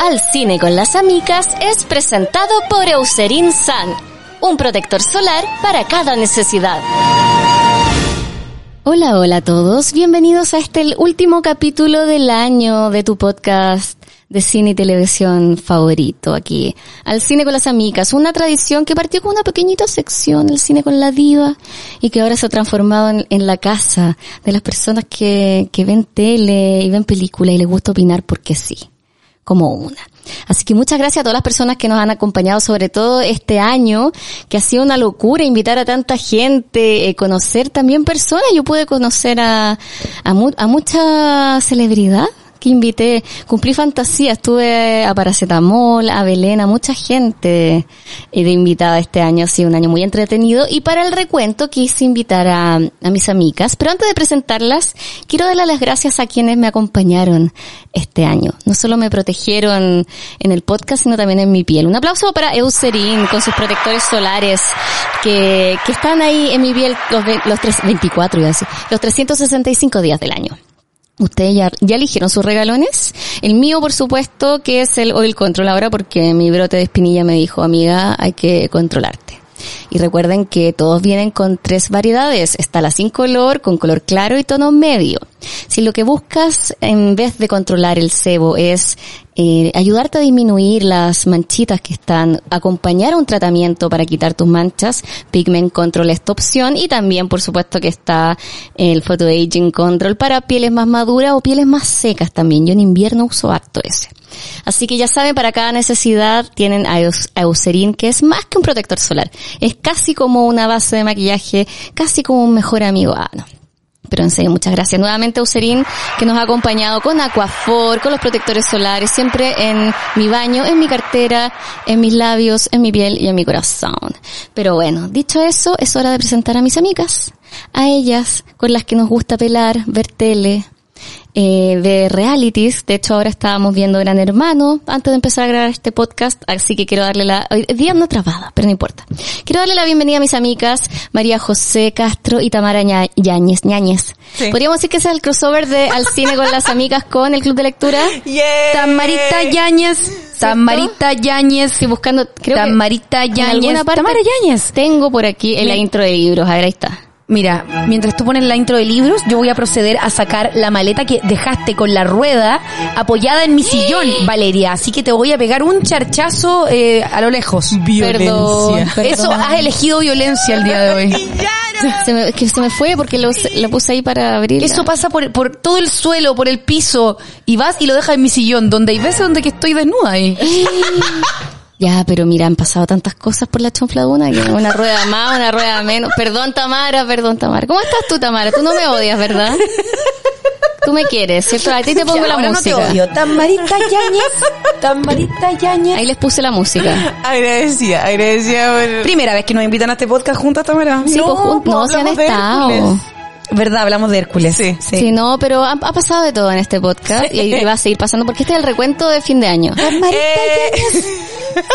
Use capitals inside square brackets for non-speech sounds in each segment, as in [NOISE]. Al cine con las amigas es presentado por Eucerin Sun, un protector solar para cada necesidad. Hola, hola a todos, bienvenidos a este el último capítulo del año de tu podcast de cine y televisión favorito aquí, al cine con las amigas, una tradición que partió con una pequeñita sección, el cine con la diva, y que ahora se ha transformado en, en la casa de las personas que, que ven tele y ven películas y les gusta opinar porque sí, como una. Así que muchas gracias a todas las personas que nos han acompañado, sobre todo este año, que ha sido una locura invitar a tanta gente, eh, conocer también personas. Yo pude conocer a, a, mu a mucha celebridad que invité, cumplí fantasía, estuve a Paracetamol, a Belén, a mucha gente de invitada este año, ha sido un año muy entretenido. Y para el recuento quise invitar a, a mis amigas, pero antes de presentarlas, quiero darle las gracias a quienes me acompañaron este año. No solo me protegieron en el podcast, sino también en mi piel. Un aplauso para Eucerin con sus protectores solares que, que están ahí en mi piel los, ve, los tres, 24, iba a decir, los 365 días del año. Ustedes ya, ya, eligieron sus regalones. El mío, por supuesto, que es el oil control ahora porque mi brote de espinilla me dijo, amiga, hay que controlarte. Y recuerden que todos vienen con tres variedades. Está la sin color, con color claro y tono medio. Si lo que buscas, en vez de controlar el sebo, es eh, ayudarte a disminuir las manchitas que están, acompañar un tratamiento para quitar tus manchas, Pigment Control es tu opción y también por supuesto que está el Photo Aging Control para pieles más maduras o pieles más secas también. Yo en invierno uso harto ese. Así que ya saben, para cada necesidad tienen a Eucerin, que es más que un protector solar. Es casi como una base de maquillaje, casi como un mejor amigo. Ah, no. Pero en serio, muchas gracias nuevamente Eucerin, que nos ha acompañado con Aquafor, con los protectores solares, siempre en mi baño, en mi cartera, en mis labios, en mi piel y en mi corazón. Pero bueno, dicho eso, es hora de presentar a mis amigas, a ellas con las que nos gusta pelar, ver tele, eh, de realities. De hecho, ahora estábamos viendo Gran Hermano antes de empezar a grabar este podcast, así que quiero darle la... Hoy día no trabada, pero no importa. Quiero darle la bienvenida a mis amigas María José Castro y Tamara Ña... Yañez. Ñañez. Sí. Podríamos decir que ese es el crossover de Al Cine con las Amigas con el Club de Lectura. Yeah. Tamarita Eh, Yañez. Tamarita Yáñez. Estoy buscando, creo Tamarita Yáñez. Tamara Yañez. Tengo por aquí en la intro de libros. A ver, ahí está. Mira, mientras tú pones la intro de libros, yo voy a proceder a sacar la maleta que dejaste con la rueda apoyada en mi sillón, Valeria. Así que te voy a pegar un charchazo eh, a lo lejos. Violencia. Perdón, perdón. Eso has elegido violencia el día de [LAUGHS] hoy. Se me, que se me fue porque lo, lo puse ahí para abrir. Eso pasa por, por todo el suelo, por el piso y vas y lo dejas en mi sillón, donde hay veces donde que estoy desnuda ahí. Ya, pero mira, han pasado tantas cosas por la chonfladuna que una rueda más, una rueda menos. Perdón, Tamara, perdón, Tamara. ¿Cómo estás tú, Tamara? Tú no me odias, ¿verdad? Tú me quieres, ¿cierto? A ti te pongo Ya, la ahora música. No te odio. Tamarita [LAUGHS] Yañez. Tamarita Yañez. Ahí les puse la música. Agradecida, agradecida por... Primera vez que nos invitan a este podcast juntas, Tamara. Sí, pues, jun- no, pues, se han hablamos de estado. Hércules. ¿Verdad? Hablamos de Hércules. Sí. Sí. no, pero ha, ha pasado de todo en este podcast y, y va a seguir pasando porque este es el recuento de fin de año. Eh,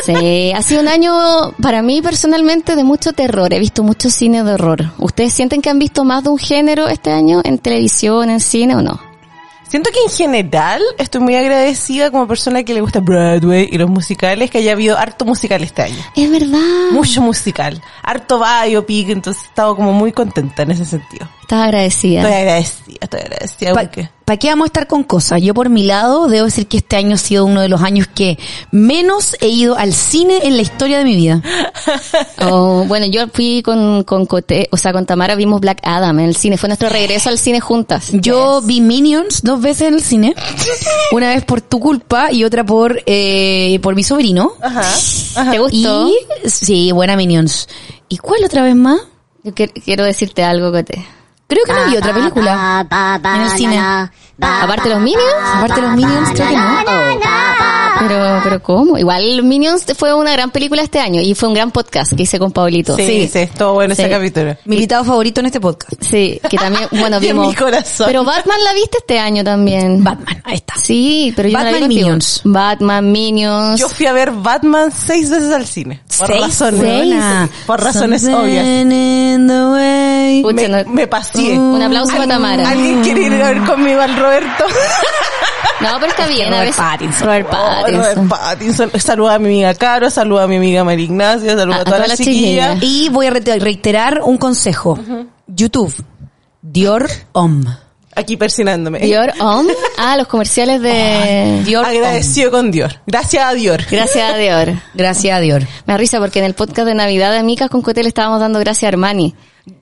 Sí, ha sido un año para mí personalmente de mucho terror. He visto mucho cine de horror. ¿Ustedes sienten que han visto más de un género este año en televisión, en cine o no? Siento que en general estoy muy agradecida como persona que le gusta Broadway y los musicales, que haya habido harto musical este año. Es Ah. verdad. Mucho musical. Harto biopic, entonces he estado como muy contenta en ese sentido. Estaba agradecida. Estoy agradecida, estoy agradecida. Pa- porque- ¿para qué vamos a estar con cosas? Yo por mi lado debo decir que este año ha sido uno de los años que menos he ido al cine en la historia de mi vida. Oh, bueno, yo fui con, con Coté, o sea, con Tamara vimos Black Adam en el cine. Fue nuestro regreso al cine juntas. Yo vi Minions dos veces en el cine, una vez por tu culpa y otra por eh, por mi sobrino. ¿ah? Ajá. ¿Te gustó? Y sí, buena Minions. ¿Y cuál otra vez más? Yo que- quiero decirte algo, Coté. Creo que no vi Ah, otra película. En el cine. Aparte los Minions. Aparte de los Minions, creo que no. Pero, pero ¿cómo? Igual Minions fue una gran película este año y fue un gran podcast que hice con Pablito. Sí, sí, todo bueno Sí. ese capítulo. Mi invitado favorito en este podcast. Sí, que también, bueno, Y en vimos. mi corazón. Pero Batman la viste este año también. Batman, ahí está. sí, pero yo no la vi Batman contigo. Minions. Batman Minions. Yo fui a ver Batman seis veces al cine. Por Seis, razones, seis. por razones Something obvias. in the way. Pucha, Me, no- me pasé. Un aplauso para Tamara. ¿Alguien quiere ir a ver conmigo al [LAUGHS] Roberto? No, pero está bien. a Robert veces- Pattinson. Robert Pattinson. Oh, Robert Pattinson. Saluda a mi amiga Caro, saluda a mi amiga María Ignacia, saluda a, A- a todas todas las las chiquillas. chiquillas. Y voy a rete- reiterar un consejo. YouTube. Dior Homme. Aquí persinándome. Dior Homme. Ah, los comerciales de... Dior Homme. Agradecido con Dior. Gracias a Dior. Gracias a Dior. Gracias a Dior. Me da risa porque en el podcast de Navidad de Amigas con Coté le estábamos dando gracias a Armani.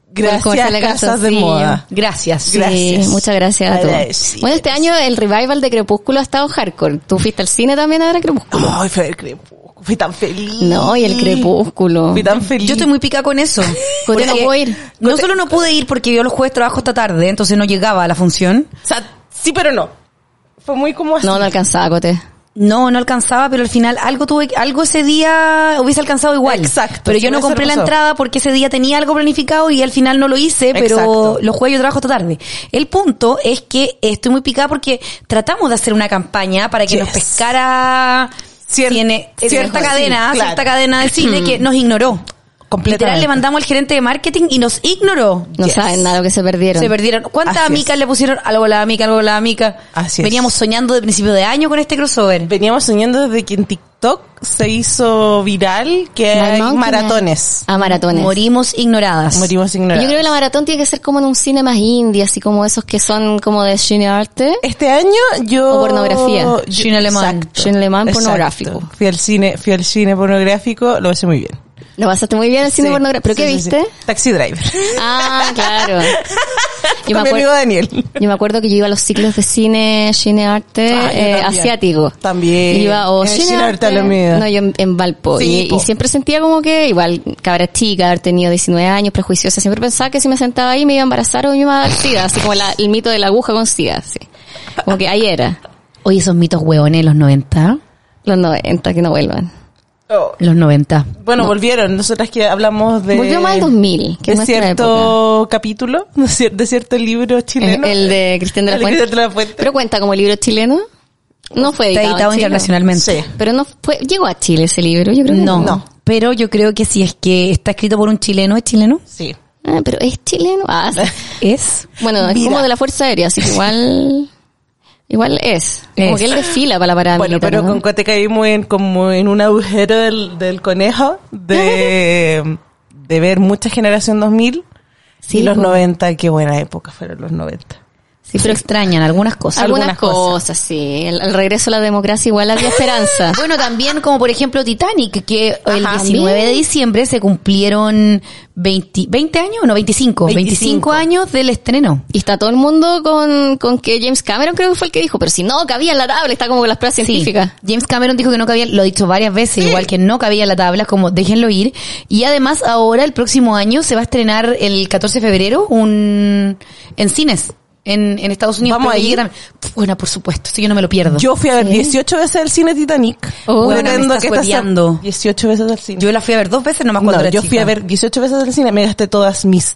Gracias comercial de a Casas de calzoncillo. Moda. Gracias. Sí, Gracias. muchas gracias a todos. Gracias. Bueno, este año el revival de Crepúsculo ha estado hardcore. ¿Tú fuiste al cine también a ver a Crepúsculo? Ay, fue el crepúsculo. Fui tan feliz. No, y el Crepúsculo. Fui tan feliz. Yo estoy muy pica con eso. Porque Porque no puedo ir. No solo no pude ir porque yo los jueves trabajo hasta tarde, entonces no llegaba a la función. O sea, sí, pero no. Fue muy como así. No, no alcanzaba, Cote. No, no alcanzaba, pero al final algo tuve, algo ese día hubiese alcanzado igual. Exacto, Pero sí, yo no hubiese compré la pasado. entrada porque ese día tenía algo planificado y al final no lo hice, pero Exacto. los jueves yo trabajo hasta tarde. El punto es que estoy muy picada porque tratamos de hacer una campaña para que nos Yes. pescara Cier- tiene- eh, cierto, cierta sí, cadena, claro. cierta cadena de [CLEARS THROAT] cine que nos ignoró. Literal Completamente. le mandamos al gerente de marketing y nos ignoró. No Yes. saben nada lo que se perdieron. Se perdieron. ¿Cuántas Así es. amicas le pusieron algo a la amica, algo a la amica? Así es. Veníamos soñando de principio de año con este crossover. Veníamos soñando desde que en TikTok se hizo viral que My hay Mountain maratones. Man. Ah, maratones. Morimos ignoradas. Morimos Yo ignorados. creo que la maratón tiene que ser como en un cine más indie, así como esos que son como de cine arte. Este año yo... O pornografía. yo- Cine alemán. Exacto. Cine alemán Exacto. pornográfico. Fui al cine, fui al cine pornográfico, lo pasé muy bien. Lo pasaste muy bien en el cine Sí, pornográfico. ¿Pero sí, qué sí, viste? sí. [LAUGHS] Taxi Driver. Ah, [LAUGHS] claro. Yo me Con mi amigo acuerdo. Daniel. Yo me acuerdo que yo iba a los ciclos de cine, cine arte Ah, yo eh, también. Asiático. También. Iba o En el cine, cine arte. arte Alameda. No, yo en, en Valpo. Sí, y, y po. siempre sentía como que, igual, cabra chica, haber tenido 19 años, prejuiciosa, siempre pensaba que si me sentaba ahí me iba a embarazar o me iba a dar sida, así como la- el mito de la aguja con sida, así. Como que ahí era. Oye, esos mitos hueones, los 90. Los 90, que no vuelvan. Oh. Los 90. Bueno, volvieron. Nosotras que hablamos de... Volvió más al 2000, que es de nuestra cierto capítulo, de cier- de cierto libro El, chileno. el de Cristian de la El Fuente. Cristian de la Fuente. Pero cuenta como libro chileno. No fue Está editado, editado en Chile. internacionalmente. Sí. Pero no fue, llegó a Chile ese libro, yo creo que No. No. Pero yo creo que si es que está escrito por un chileno, ¿es chileno? Sí. Ah, pero es chileno. Ah, sí. Es. Bueno, es Mira. como de la Fuerza Aérea, así que igual, igual es. Como Es. que él desfila para la parada Bueno, militar, pero ¿no? con Cote caímos en, como en un agujero del, del conejo de, de ver mucha generación 2000 Sí, y los po. 90. Qué buena época fueron los 90. Sí, pero extrañan algunas cosas. algunas, algunas cosas, cosas. sí. El, el regreso a la democracia igual había [LAUGHS] esperanza. Bueno, también como por ejemplo Titanic, que el Ajá. 19 de diciembre se cumplieron 20, 20 años, no, 25, 25, 25 años del estreno. Y está todo el mundo con, con que James Cameron creo que fue el que dijo, pero si no cabía en la tabla, está como con las pruebas científicas. James Cameron dijo que no cabía, lo ha dicho varias veces, igual que no cabía en la tabla, como déjenlo ir. Y además ahora, el próximo año, se va a estrenar el 14 de febrero un en cines, en, en Estados Unidos. ¿Vamos a Pero ir? que llegue también- Bueno, por supuesto, si yo no me lo pierdo. Yo fui a ver 18 veces el cine Titanic. Oh, Yo buena, me entiendo estás esta sea- hueveando. 18 veces al cine. Yo la fui a ver dos veces nomás cuando No, era yo chica. fui a ver 18 veces al cine, me gasté todas mis...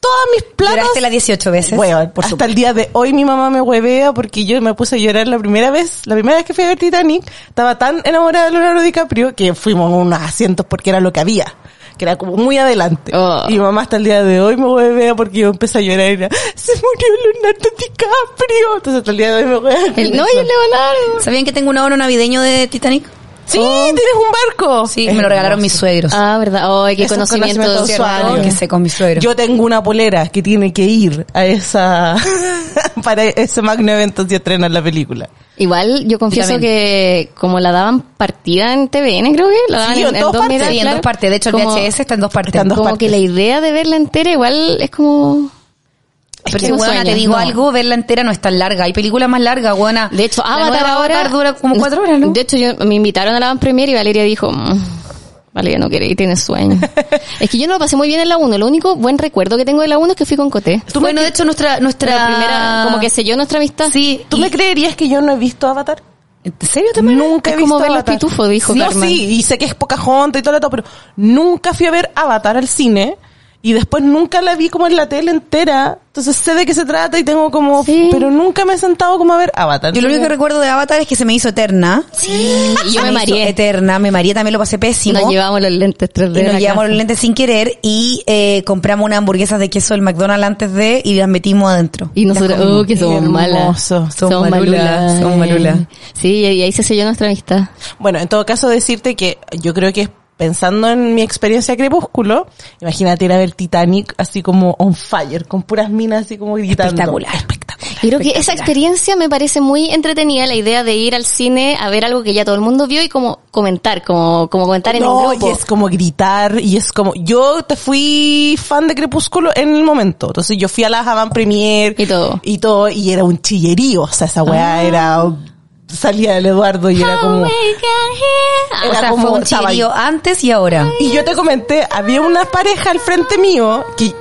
Todas mis platas. Lloraste las 18 veces. Bueno, por hasta supuesto. el día de hoy mi mamá me huevea porque yo me puse a llorar la primera vez, la primera vez que fui a ver Titanic, estaba tan enamorada de Leonardo DiCaprio que fuimos a unos asientos porque era lo que había, que era como muy adelante. Oh. Y mi mamá hasta el día de hoy me huevea porque yo empecé a llorar y era, se murió Leonardo DiCaprio. Entonces hasta el día de hoy me huevea. El, no, y el Leonardo. ¿Sabían que tengo un ahorro navideño de Titanic? Sí, tienes un barco. oh. Sí, Es me lo regalaron hermoso. mis suegros. Ah, verdad. Ay, qué Eso es conocimiento, conocimiento de de usuario. usuario. que sé con mis suegros. Yo tengo una polera que tiene que ir a esa [LAUGHS] para ese magno evento si estrenan la película. Igual yo confieso también. que como la daban partida en TVN, creo que la daban Sí, en, en todas dos partes. medias, Sí, en claro. dos partes. De hecho, el Como- VHS está en dos partes. Está en dos como que partes. la idea de verla entera igual es como... es que Pero, no huevona, te sueñas, digo no. algo, verla entera no es tan larga. Hay películas más largas, huevona. De hecho, La Avatar nueva ahora... dura como cuatro horas, ¿no? De hecho, yo, me invitaron a la van premier y Valeria dijo... "Mm, Valeria no quiere ir, tiene [LAUGHS] sueño. es que yo no lo pasé muy bien en la 1. Lo único buen recuerdo que tengo de la 1 es que fui con Coté. Tú bueno, de hecho, nuestra... nuestra La primera, como que selló nuestra amistad. Sí. ¿Tú me creerías que yo no he visto Avatar? ¿En serio, Tamara? Nunca he es visto como ver los Avatar. pitufos, dijo No, Carmen. sí, y sé que es Pocahontas y todo lo todo, pero nunca fui a ver Avatar al cine y después nunca la vi como en la tele entera. Entonces sé de qué se trata y tengo como... Sí. Pero nunca me he sentado como a ver Avatar. Yo lo único que recuerdo de Avatar es que se me hizo eterna. Sí, y yo me [LAUGHS] hizo mareé. Eterna, me mareé, también lo pasé pésimo. Nos llevamos los lentes 3D. y a la nos llevamos casa. los lentes sin querer y eh, compramos unas hamburguesas de queso del McDonald's antes de y las metimos adentro. Y nosotros, Las comimos. oh, que somos Hermoso. malas. Somos malulas, malulas. somos malulas. Sí, y ahí se selló nuestra amistad. Bueno, en todo caso decirte que yo creo que pensando en mi experiencia crepúsculo, imagínate ir a ver Titanic así como on fire, con puras minas así como gritando. Espectacular. Espectacular. Yo creo que esa experiencia me parece muy entretenida, la idea de ir al cine a ver algo que ya todo el mundo vio y como comentar, como, como comentar en No, un y grupo. es como gritar, y es como, yo te fui fan de Crepúsculo en el momento, entonces yo fui a la Havan Premier Y todo. Ah. y todo, y era un chillerío, o sea, esa weá era, salía del Eduardo y era como, O Era sea, como fue un estaba ahí. chiquillo antes y ahora. Y yo te comenté, había una pareja al frente mío que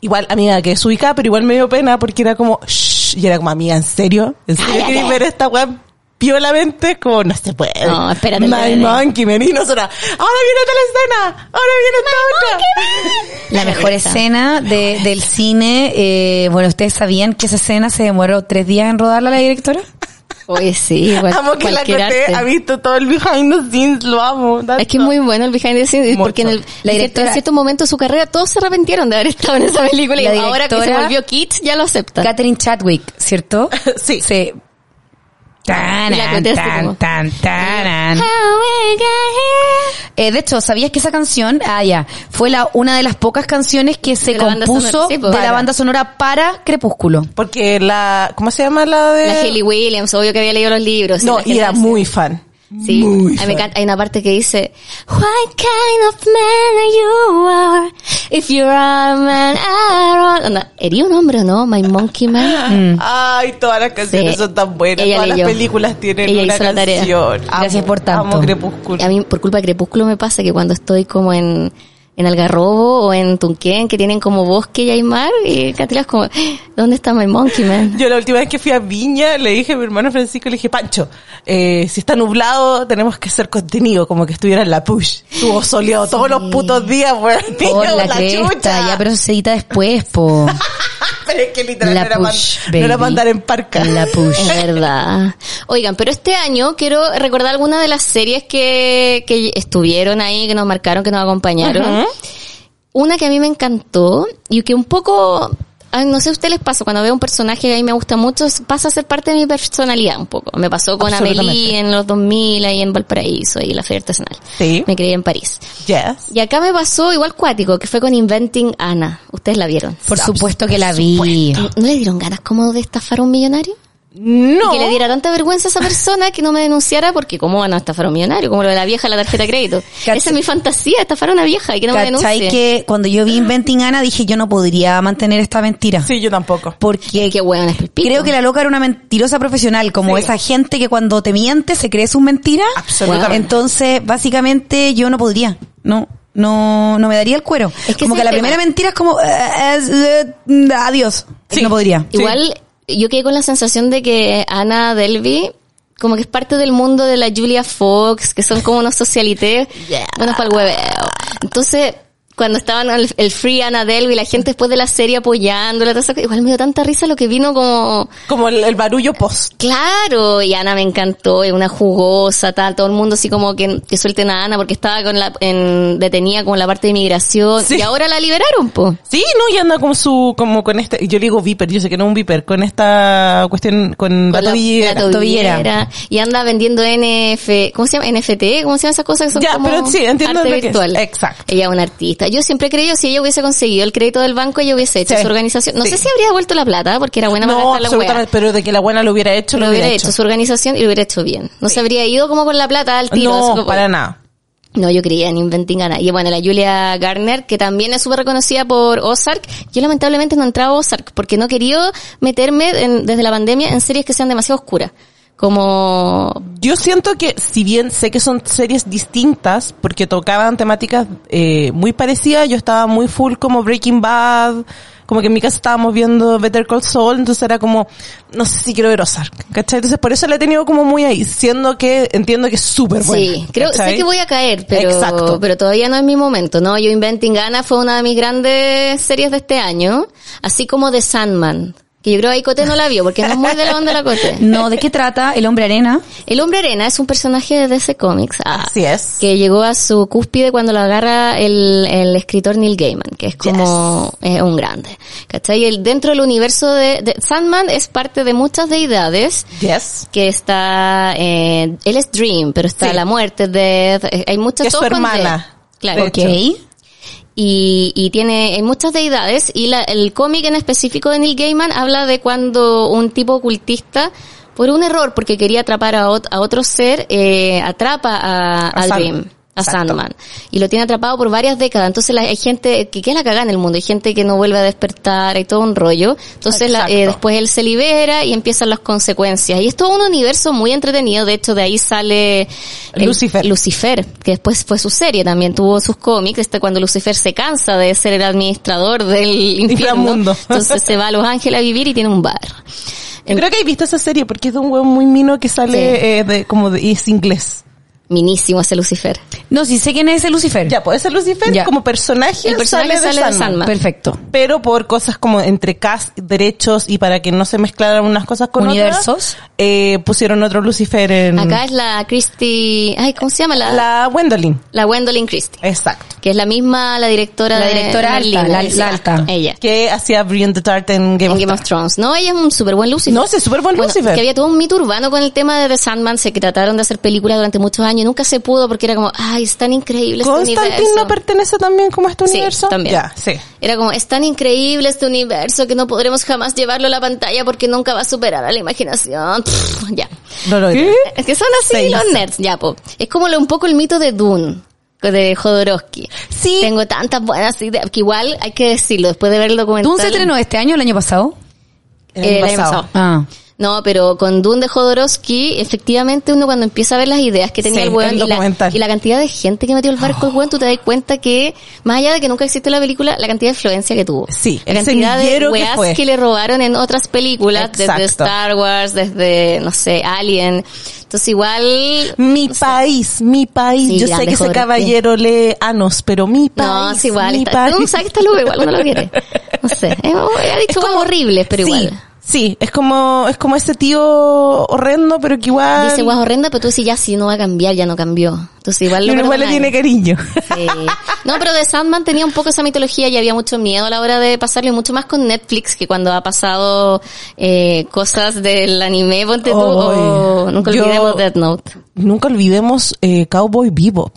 igual amiga que es ubicada, pero igual me dio pena porque era como shh, y era como amiga, ¿en serio? ¿En serio querés ver esta weá piolamente? Como no se puede. No, espérate, My espérate. monkey, menino, será. Ahora viene otra escena, ahora viene esta otra. Ah. La mejor escena de- del cine, eh, bueno, ¿ustedes sabían que esa escena se demoró tres días en rodarla la directora? Oye, sí, cual- [LAUGHS] Amo que la cualquier Coté arte. ha visto todo el behind the scenes, lo amo. Es que es muy bueno el behind the scenes, Mucho. porque en, el, La en directora- cierto momento de su carrera todos se arrepintieron de haber estado en esa película y La ahora que se directora- volvió Kids ya lo acepta. Catherine Chadwick, [LAUGHS] ¿cierto? Sí. Se... Tan, Y la tan, Coté así como- tan, tan, tan. Ah. Eh, de hecho, ¿sabías que esa canción, ah, ya, fue la, una de las pocas canciones que se De la banda compuso sonora, sí, pues. de la Para. banda sonora para Crepúsculo? porque la ¿cómo se llama la de? La Haley Williams, obvio que había leído los libros. Eh, no, la y era gente- muy fan. Sí, a Muy mí me fan. encanta. Hay una parte que dice, What kind of man are you are? If you're a man, are all-" Onda, ¿Hería un hombre o no? My monkey [LAUGHS] man. Ay, todas las canciones Sí. son tan buenas. Ella todas leyó. las películas tienen Ella una hizo la tarea. canción. Gracias por tanto. Amo Crepúsculo. A mí, por culpa de Crepúsculo, me pasa que cuando estoy como en, en Algarrobo o en Tunquén, que tienen como bosque y hay mar, y Catila es como, ¿dónde está my monkey man? Yo la última vez que fui a Viña le dije a mi hermano Francisco, le dije, Pancho, eh, si está nublado tenemos que hacer contenido, como que estuviera en la push. Estuvo soleado todos los putos días, weón. Por Niño, la, cresta, ya, pero eso se edita después, [LAUGHS] po. [LAUGHS] Pero es que literal La no, era pa- push, no era baby. para andar en parca. La push. Es verdad. Oigan, pero este año quiero recordar algunas de las series que, que estuvieron ahí, que nos marcaron, que nos acompañaron. Una que a mí me encantó y que un poco, ay, no sé a ustedes les pasa, cuando veo un personaje que a mí me gusta mucho, pasa a ser parte de mi personalidad un poco. Me pasó con Amelie Absolutamente. en los 2000, ahí en Valparaíso, y en la Feria Artesanal. Sí. Me creí en París. Yes. Y acá me pasó igual cuático, que fue con Inventing Anna. Ustedes la vieron. Por supuesto que la vi. ¿No le dieron ganas como de estafar a un millonario? No. Y que le diera tanta vergüenza a esa persona que no me denunciara porque cómo van a estafar a un millonario, como lo de la vieja de la tarjeta de crédito. Cacha- Esa es mi fantasía, estafar a una vieja y que no me ¿Cachai denuncie. que cuando [LAUGHS] yo vi Inventing Anna dije yo no podría mantener esta mentira? Sí, yo tampoco. Porque Qué hueón es el pico. creo que la loca era una mentirosa profesional, como Sí. esa gente que cuando te miente se cree sus mentiras. Absolutamente. Entonces, básicamente yo no podría. No, no, no me daría el cuero. Es que como ese que es la el primera tema. mentira es como eh, es, eh, mm, adiós. Sí. No podría. Sí. Igual yo quedé con la sensación de que Ana Delvey como que es parte del mundo de la Julia Fox, que son como unos socialites buenos para el hueveo. Entonces, cuando estaban el, el Free Anadel y la gente después de la serie apoyándola, toda esa cosa, igual me dio tanta risa lo que vino como, Como el, el barullo post. Claro, y Ana me encantó, es una jugosa, tal, todo el mundo así como que, que suelten a Ana porque estaba con la, en, detenida con la parte de inmigración Sí. y ahora la liberaron, po. Sí, no, y anda con su, como con este, yo le digo viper, yo sé que no es un viper, con esta cuestión, con, Con la tobillera. la tobillera. Y anda vendiendo NF, ¿cómo se llama? NFT, ¿cómo se llaman esas cosas que son Ya, como pero sí, entiendo arte lo que es. virtual? Exacto. Ella es una artista. Yo siempre he creído si ella hubiese conseguido el crédito del banco, ella hubiese hecho Sí. su organización. No Sí. sé si habría devuelto la plata porque era buena para No, gastar la hueá. absolutamente, pero de que la buena lo hubiera hecho, Lo hubiera hecho. su organización y lo hubiera hecho bien. No se habría ido como con la plata al tiro. así No, como- para nada. No, yo creía en Inventing Ana. Y bueno, la Julia Garner, que también es súper reconocida por Ozark. Yo lamentablemente no he entrado a Ozark porque no quería meterme en- desde la pandemia en series que sean demasiado oscuras. Como... Yo siento que, si bien sé que son series distintas, porque tocaban temáticas eh, muy parecidas, yo estaba muy full como Breaking Bad, como que en mi casa estábamos viendo Better Call Saul, entonces era como, no sé si quiero ver Ozark, ¿cachai? Entonces por eso la he tenido como muy ahí, siendo que entiendo que es súper buena. sí, creo, sé ¿cachai? que voy a caer, pero, Exacto. pero todavía no es mi momento, ¿no? Yo Inventing Ana fue una de mis grandes series de este año, así como The Sandman, que yo creo que ahí Cote no la vio, porque no es muy de la onda la Cote. [LAUGHS] No, ¿de qué trata el hombre arena? El Hombre Arena es un personaje de DC Comics. Ah, Así es. que llegó a su cúspide cuando lo agarra el, el escritor Neil Gaiman, que es como eh, un grande. ¿Cachai? El, dentro del universo de, de Sandman es parte de muchas deidades Yes. que está, eh, él es Dream, pero está Sí. la muerte, Death, eh, hay muchas Que es su todos con hermana, Death. Claro. de hecho. Ok. Y, y tiene hay muchas deidades y la- el cómic en específico de Neil Gaiman habla de cuando un tipo ocultista por un error porque quería atrapar a, ot- a otro ser eh, atrapa a, a Sand- Dream a Exacto. Sandman y lo tiene atrapado por varias décadas entonces la- hay gente que queda la cagada en el mundo hay gente que no vuelve a despertar hay todo un rollo entonces la- eh, Exacto. después él se libera y empiezan las consecuencias y es todo un universo muy entretenido de hecho de ahí sale el- Lucifer. Lucifer, que después fue su serie, también tuvo sus cómics, este cuando Lucifer se cansa de ser el administrador [LAUGHS] del infierno, Inframundo. entonces se va a Los Ángeles a vivir y tiene un bar. Yo creo que he visto esa serie porque es de un huevo muy mino que sale Em- Sí. eh, de, como de, y es inglés. Minísimo ese Lucifer. No, sí sé quién es el Lucifer. Ya, puede ser Lucifer Ya. como personaje, El personaje sale de Sandman. Sandman. Perfecto. pero por cosas como entre cast, derechos y para que no se mezclaran unas cosas con Universos. otras, eh, pusieron otro Lucifer en Mm. Acá es la Christy, ay, ¿cómo se llama? La, la, la Wendolin. Gwendolyn Christie, Exacto. que es la misma, la directora La de- directora de alta, Merlín, la- Alice la Art, alta. Ella. Que hacía Brian the Tart en Game, en of Game of Thrones. Thrones. No, ella es un súper buen Lucifer. No, sí, súper buen Bueno, Lucifer. Que había todo un mito urbano con el tema de The Sandman. Se que trataron de hacer películas durante muchos años y nunca se pudo porque era como, ay, es tan increíble este Constantine universo. no pertenece también como a este Sí, universo. también. Ya, sí. Era como, es tan increíble este universo que no podremos jamás llevarlo a la pantalla porque nunca va a superar a la imaginación. Pff, [LAUGHS] ya. No lo diré. Es que son así Se los hizo. nerds, ya, po. Es como lo- un poco el mito de Dune, de Jodorowsky. Sí. Tengo tantas buenas ideas, que igual hay que decirlo, después de ver el documental. ¿Tú se estrenó este año o el año pasado? eh, el año pasado. Ah. No, pero con Dune de Jodorowsky, efectivamente uno cuando empieza a ver las ideas que tenía Sí, el weón el y la, documental. Oh. y la cantidad de gente que metió el barco el weón, tú te das cuenta que, más allá de que nunca existe la película, la cantidad de influencia que tuvo. Sí, la el cantidad de semillero que weas que, fue. le robaron en otras películas, desde Exacto. Star Wars, desde, no sé, Alien. Entonces igual... Mi país, mi país. Sí, Yo grande sé que ese Jodorowsky. caballero lee Anos, pero mi país. No, es igual, mi [LAUGHS] está, país. tú sabes que está luego igual no lo [LAUGHS] quiere. No sé, eh, ha dicho cosas horribles, pero sí, igual. Sí, es como, es como ese tío horrendo, pero que igual. Dice guas horrenda, pero tú dices ya si no va a cambiar, ya no cambió. Entonces igual lo Pero igual le perdonáis. [LAUGHS] tiene cariño. Sí. No, pero The Sandman tenía un poco esa mitología y había mucho miedo a la hora de pasarlo y mucho más con Netflix que cuando ha pasado eh, cosas del anime, ponte tú, Oh, o nunca yo- olvidemos Death Note. Nunca olvidemos eh, Cowboy Bebop.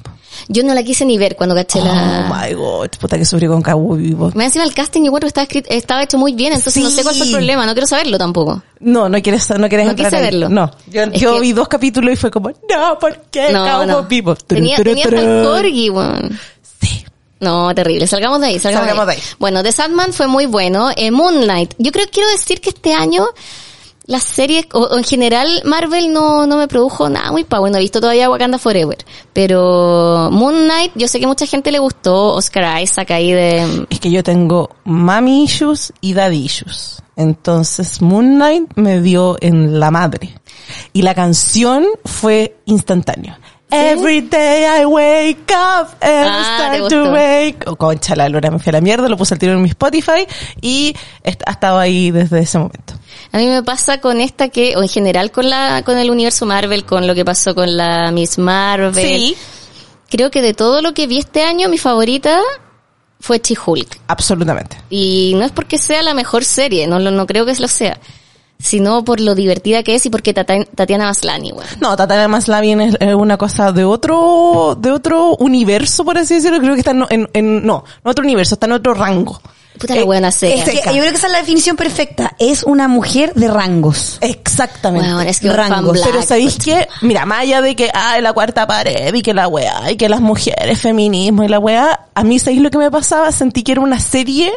Yo no la quise ni ver cuando caché Oh la... my god, puta que sufrí con Cowboy Bebop. Me encima el casting y bueno, estaba, escrit- estaba hecho muy bien, entonces no sé cuál fue el Sí. problema, no quiero saberlo tampoco. No, no quieres, no quieres No entrar quise ahí. verlo. No, yo, Es yo que- vi dos capítulos y fue como, no, ¿por qué No, Cowboy no. Bebop? Turun, Tenía, turun, tenía hasta el turun. corgi, weón. Sí. No, terrible. Salgamos de ahí, salgamos, Salgamos de, ahí. de ahí. Bueno, The Sandman fue muy bueno. Eh, Moonlight. Yo creo que quiero decir que este año las series, o, o en general Marvel no, no me produjo nada muy pa' bueno. He visto todavía Wakanda Forever. Pero Moon Knight, yo sé que mucha gente le gustó. Oscar Isaac ahí de... Es que yo tengo mommy issues y daddy issues. Entonces Moon Knight me dio en la madre. Y la canción fue instantánea. Every day I wake up and Ah, te I start to gustó. wake. Oh, concha, la lora me fui a la mierda, lo puse al tiro en mi Spotify y est- ha estado ahí desde ese momento. A mí me pasa con esta que, o en general con la, con el universo Marvel, con lo que pasó con la Miss Marvel. Creo que de todo lo que vi este año, mi favorita fue She-Hulk. absolutamente. Y no es porque sea la mejor serie, no, lo- no creo que lo sea, sino por lo divertida que es y porque Tata- Tatiana Maslany, weón. No, Tatiana Maslany es eh, una cosa de otro, de otro universo, por así decirlo. Creo que está en, en- en- no, no otro universo, está en otro rango. Puta la Eh, buena serie. Es que yo creo que esa es la definición perfecta. Es una mujer de rangos. Exactamente. Weón, es que un Rangos. fan black, pues, Pero sabéis coche. que, mira, más allá de que, ah, la cuarta pared y que la weá, y que las mujeres, feminismo y la weá, a mí, ¿sabéis lo que me pasaba? Sentí que era una serie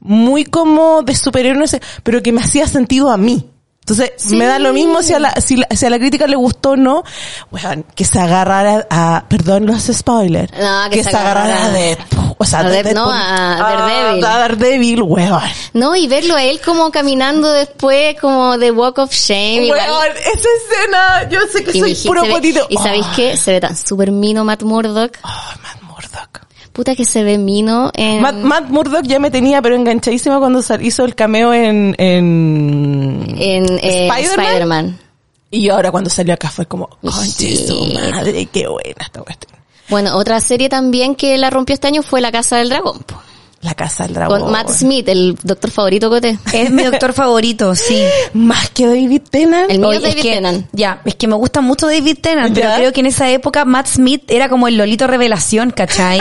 muy como de superhéroes, pero que me hacía sentido a mí. Entonces, me da lo mismo si a, la, si, la- si a la crítica le gustó o no, weón, que se agarrara a, perdón los spoilers, No, que se a agarrara- Deadpool, o sea, a de Dead- no, Deadpool. a Ah, Daredevil. a Daredevil, weón. No, y verlo a él como caminando después, como The Walk of Shame. igual. Weón, esa escena, yo sé que Y soy dije, puro se ve- potito. Ah. ¿Y sabéis qué? Se ve tan súper mino Matt Murdock. Oh, Matt Murdock. Puta que se ve mino en... Matt, Matt Murdock ya me tenía, pero enganchadísima cuando sal- hizo el cameo en, en... en eh, ¿Spider-Man? Spider-Man. Y ahora cuando salió acá fue como, conche su Shit. madre, qué buena esta cuestión. bueno, otra serie también que la rompió este año fue La Casa del Dragón. po. La casa del dragón. Con Matt Smith, el doctor favorito cote. Es mi doctor favorito, [LAUGHS] sí. Más que David Tennant. El mío Oye, es David que, Tennant. Ya, es que me gusta mucho David Tennant, pero Ya. creo que en esa época Matt Smith era como el Lolito Revelación, [LAUGHS] ¿cachai?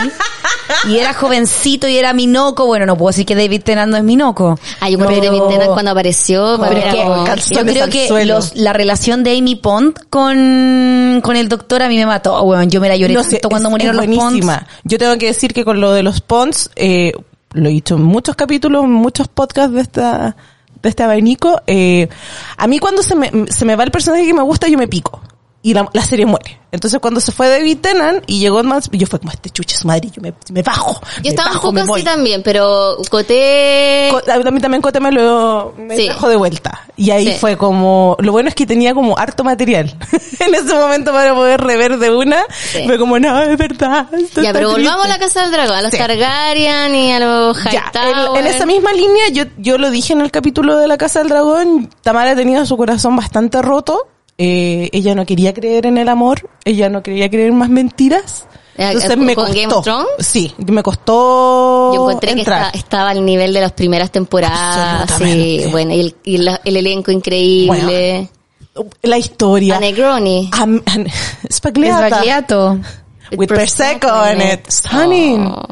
y era jovencito y era Minoco. Bueno, no puedo decir que David Tennant no es Minoco. Ah, yo compré Pero- David Tennant cuando apareció. Pero para es ver que como- calzones yo creo al que suelo. los- la relación de Amy Pond con, con el doctor a mí me mató, weón. Yo me la lloré No sé, tanto cuando es- murieron es los Ponds. buenísima. Yo tengo que decir que con lo de los Pons, eh, lo he dicho en muchos capítulos, en muchos podcasts de esta de este abanico, eh, a mí cuando se me, se me va el personaje que me gusta, yo me pico. Y la, la serie muere. Entonces cuando se fue David Tennant y llegó más, yo fue como este chuche su madre, yo me, me bajo. me Yo estaba bajo, un me poco voy. así también, pero Coté... Co- A mí también Cote me lo me Eh, Sí. trajo de vuelta. Y ahí Sí. fue como, lo bueno es que tenía como harto material [LAUGHS] en ese momento para poder rever de una. Sí. Fue como, no, es verdad. esto ya, está pero volvamos triste". a La Casa del Dragón, a los Sí. Targaryen y a los Ya, Hightower. en, en esa misma línea, yo, yo lo dije en el capítulo de La Casa del Dragón, Tamara ha tenido su corazón bastante roto. Eh, ella no quería creer en el amor, ella no quería creer en más mentiras. Eh, Entonces eh, me ¿con costó. Game of Thrones? Sí, me costó Yo encontré entrar. que esta- estaba al nivel de las primeras temporadas. Absolutamente. Sí, bueno, y el, y la- el elenco increíble. La historia. A Negroni. Am- an- [LAUGHS] Spagliata. Es Bagliato. With Prosecco on it. Stunning. Oh.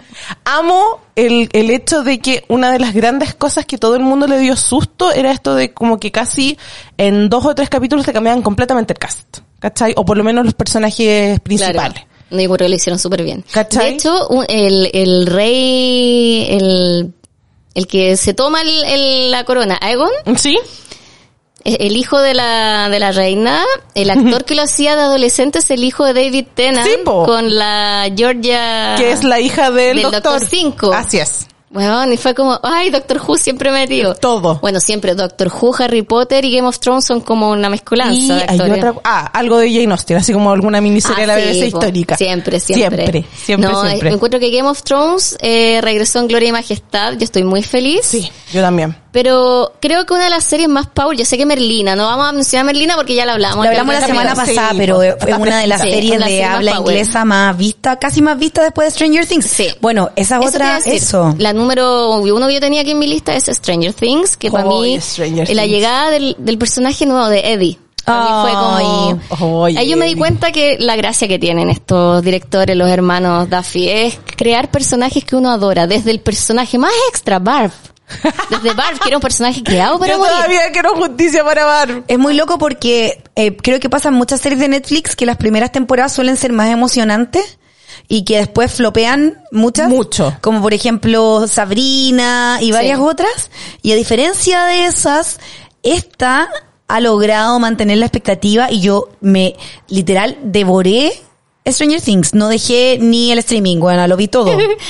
Amo el, el hecho de que una de las grandes cosas que todo el mundo le dio susto era esto de como que casi en dos o tres capítulos te cambiaban completamente el cast. ¿Cachai? O por lo menos los personajes principales. Claro. No, yo creo que lo hicieron súper bien. ¿Cachai? De hecho, un- el, el rey, el, el que se toma el- el- la corona, Aegon, ¿Sí? e- el hijo de la, de la reina, [LAUGHS] el actor que lo hacía de adolescente es el hijo de David Tennant Sí, po. con la Georgia. Que es la hija del, Ah. Del Doctor Cinco. Así es. Bueno, y fue como, ay, Doctor Who siempre metido. Eh, Todo. Bueno, siempre Doctor Who, Harry Potter y Game of Thrones son como una mezcolanza. Y de hay actores. otra, ah, algo de Jane Austen, así como alguna miniserie Ah, de la sí, BBC po. histórica. Siempre, siempre. Siempre, siempre, No, siempre. eh, encuentro que Game of Thrones eh, regresó en Gloria y Majestad. Yo estoy muy feliz. Sí, yo también. Pero creo que una de las series más power, yo sé que Merlina, no vamos a mencionar Merlina porque ya la hablamos. Lo hablamos la Pero- semana Sí, pasada, po, pero es está una de las fresquita. [LAUGHS] Sí, series una de serie más habla power. inglesa más vista, casi más vista después de Stranger Things. Sí. Bueno, Eso esa te iba otra, a decir. eso. La número uno que yo tenía aquí en mi lista es Stranger Things, que para Oh, mí Stranger eh, la Things. llegada del, del personaje nuevo de Eddie. para mí fue como, Ay, ahí yo me di Eddie. cuenta que la gracia que tienen estos directores, los hermanos Duffy, es crear personajes que uno adora, desde el personaje más extra, [LAUGHS] Barb. Desde Barb, que era un personaje creado para yo morir. todavía quiero justicia para Barb. Es muy loco porque eh, creo que pasan muchas series de Netflix que las primeras temporadas suelen ser más emocionantes y que después flopean muchas. Mucho. Como por ejemplo Sabrina y varias Sí. otras. Y a diferencia de esas, esta ha logrado mantener la expectativa y yo me literal devoré [LAUGHS] Stranger Things. No dejé ni el streaming, bueno, lo vi todo.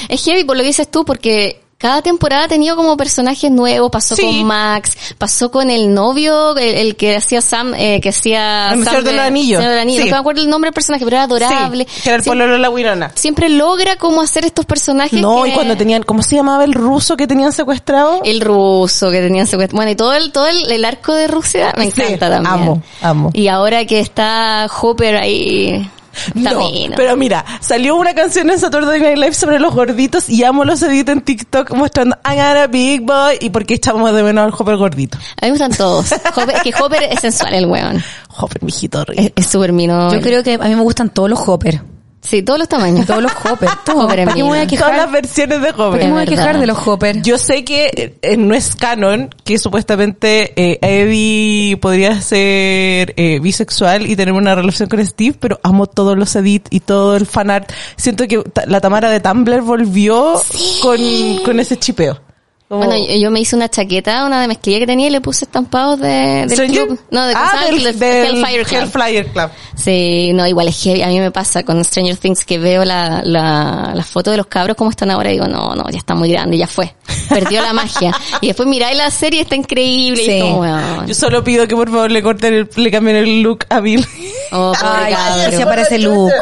es heavy por lo que dices tú, porque cada temporada ha tenido como personajes nuevos, pasó Sí. con Max, pasó con el novio, el, el que hacía Sam, eh, que hacía Sam El Señor de los Anillos. Señor de los Anillos. Sí. No me acuerdo el nombre del personaje, pero era adorable. Sí, que era el Siem- pololo de la Winona. siempre logra cómo hacer estos personajes. No, que- y cuando tenían, ¿cómo se llamaba el ruso que tenían secuestrado? el ruso que tenían secuestrado. Bueno, y todo el, todo el, el arco de Rusia me Sí, encanta también. amo, amo. Y ahora que está Hopper ahí. No, también, ¿no? pero mira, salió una canción en Saturday Night Live sobre los gorditos y amo los edit en TikTok mostrando I got a big boy y por qué echamos de menos al Hopper gordito. A mí me gustan todos. Hopper, es que Hopper es sensual el [LAUGHS] weón. Hopper, mijito rico. Es es súper mino. Yo creo que a mí me gustan todos los Hopper. Sí, todos los tamaños. Todos los [LAUGHS] Hopper. Todos. Hopper es [LAUGHS] ¿Para qué me voy a mino. quejar? Todas las versiones de ¿Por Hopper. qué me voy a Es verdad. quejar de los Hopper? Yo sé que eh, eh, no es canon que supuestamente eh, Eddie podría ser eh, bisexual y tener una relación con Steve, pero amo todos los edit y todo el fanart. Siento que ta- la Tamara de Tumblr volvió con, con ese chipeo. Como- Bueno, eh, yo, yo me hice una chaqueta, una de mezclilla que tenía y le puse estampados de, del Stranger- club. No, de ah, ¿cómo se llama? Del del, del Hellfire Club. Ah, Hellfire Club. Sí, no, igual es heavy. A mí me pasa con Stranger Things que veo la, la, la foto de los cabros como están ahora y digo, no, no, ya está muy grande, ya fue. Perdió la [LAUGHS] magia. Y después miráis la serie, está increíble. Y Sí. es como, weón. Yo solo pido que por favor le corten el, le cambien el look a Bill. Oh, pobre Ay, cabro. se aparece Luke.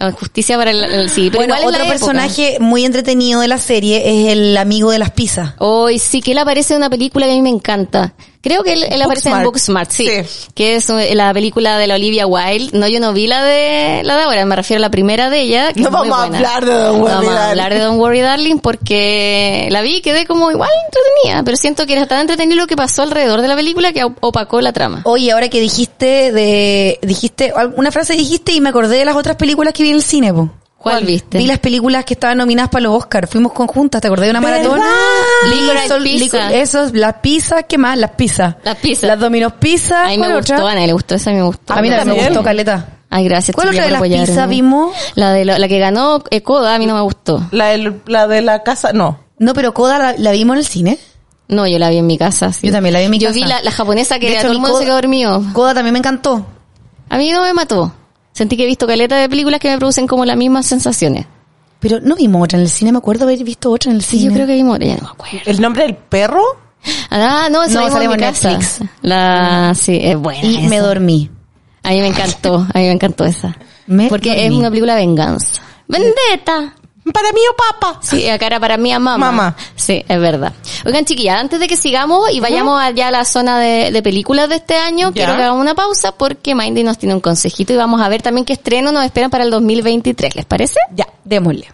Oh, Justicia para el, el- sí, pero Bueno, igual es otro la época. personaje muy entretenido de la serie es el amigo de las pizzas. Hoy sí, que él aparece en una película que a mí me encanta. Creo que él, él aparece en Booksmart, Booksmart. sí, Sí. Que es eh, la película de la Olivia Wilde. No, yo no vi la de, la de ahora, me refiero a la primera de ella. que No es muy vamos a buena. hablar de Don't Worry, No vamos a Darling. hablar de Don't Worry Darling porque la vi y quedé como igual entretenida, pero siento que era tan entretenido lo que pasó alrededor de la película que op- opacó la trama. Oye, ahora que dijiste de, dijiste, una frase dijiste y me acordé de las otras películas que vi en el cine, po. ¿Cuál viste? Vi las películas que estaban nominadas para los Oscars. Fuimos conjuntas, ¿te acordé de una ¿Verdad? maratón? Licorice Eso, Pizza. licor- Esos, las pizzas, ¿qué más? Las pizzas. Las pizzas. Las Domino's Pizza. A mí me ¿cuál gustó, otra? a Ana le gustó, esa me gustó. A mí también me También. gustó, Caleta. Ay, gracias. ¿Cuál chiquilla, otra de por las apoyarme. pizzas vimos? La de lo- la que ganó eh, Coda a mí no me gustó. La, del- la de la casa, no. No, pero Coda la, la vimos en el cine. No, yo la vi en mi casa. sí. Yo también la vi en mi Yo casa. vi la, la japonesa que De era hecho, todo el el mundo co- se quedó dormido. Coda también me encantó. A mí no me mató. Sentí que he visto caleta de películas que me producen como las mismas sensaciones. Pero no vimos otra en el cine, me acuerdo haber visto otra en el Sí, cine. yo creo que vimos, ya no me acuerdo. ¿El nombre del perro? Ah, no, esa No, la vimos en salió mi en casa. Netflix. Ah. La, sí, es buena. Y me esa. dormí. A mí me encantó, a mí me encantó esa. Me Porque es dormí. una película de venganza. Vendetta. Para mí o papa. Sí, acá era para mí a mamá. Mamá. Sí, es verdad. Oigan, chiquillas, antes de que sigamos y vayamos allá a la zona de, de películas de este año, Ya. quiero que hagamos una pausa porque Mindy nos tiene un consejito y vamos a ver también qué estreno nos esperan para el 2023, ¿les parece? Ya. Démosle.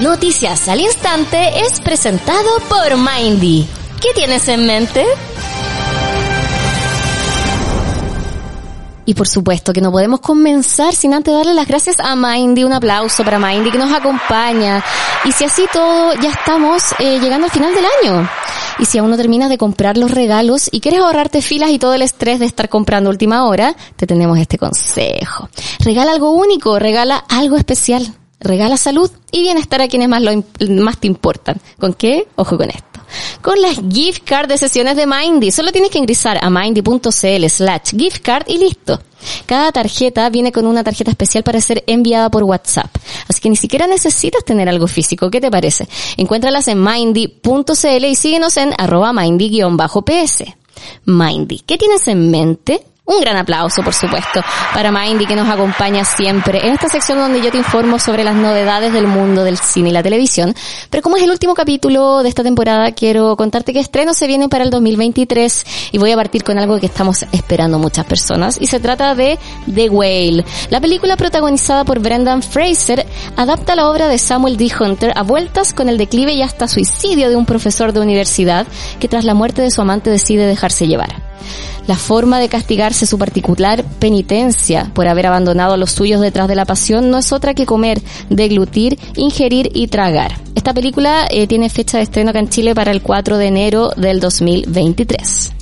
Noticias al instante es presentado por Mindy. ¿Qué tienes en mente? Y por supuesto que no podemos comenzar sin antes darle las gracias a Mindy, un aplauso para Mindy que nos acompaña. Y si así todo, ya estamos eh, llegando al final del año. Y si aún no terminas de comprar los regalos y quieres ahorrarte filas y todo el estrés de estar comprando a última hora, te tenemos este consejo. Regala algo único, regala algo especial. Regala salud y bienestar a quienes más, lo, im- más te importan. ¿Con qué? Ojo con esto. Con las gift card de sesiones de Mindy. Solo tienes que ingresar a mindy.cl slash gift card y listo. Cada tarjeta viene con una tarjeta especial para ser enviada por WhatsApp. Así que ni siquiera necesitas tener algo físico. ¿Qué te parece? Encuéntralas en mindy.cl y síguenos en arroba mindy-ps. Mindy, ¿qué tienes en mente? Un gran aplauso, por supuesto, para Mindy que nos acompaña siempre en esta sección donde yo te informo sobre las novedades del mundo del cine y la televisión. Pero como es el último capítulo de esta temporada, quiero contarte qué estrenos se vienen para el 2023 y voy a partir con algo que estamos esperando muchas personas y se trata de The Whale. La película protagonizada por Brendan Fraser adapta la obra de Samuel D. Hunter a vueltas con el declive y hasta suicidio de un profesor de universidad que tras la muerte de su amante decide dejarse llevar. La forma de castigarse su particular penitencia por haber abandonado a los suyos detrás de la pasión no es otra que comer, deglutir, ingerir y tragar. Esta película eh, tiene fecha de estreno acá en Chile para el 4 de enero del 2023.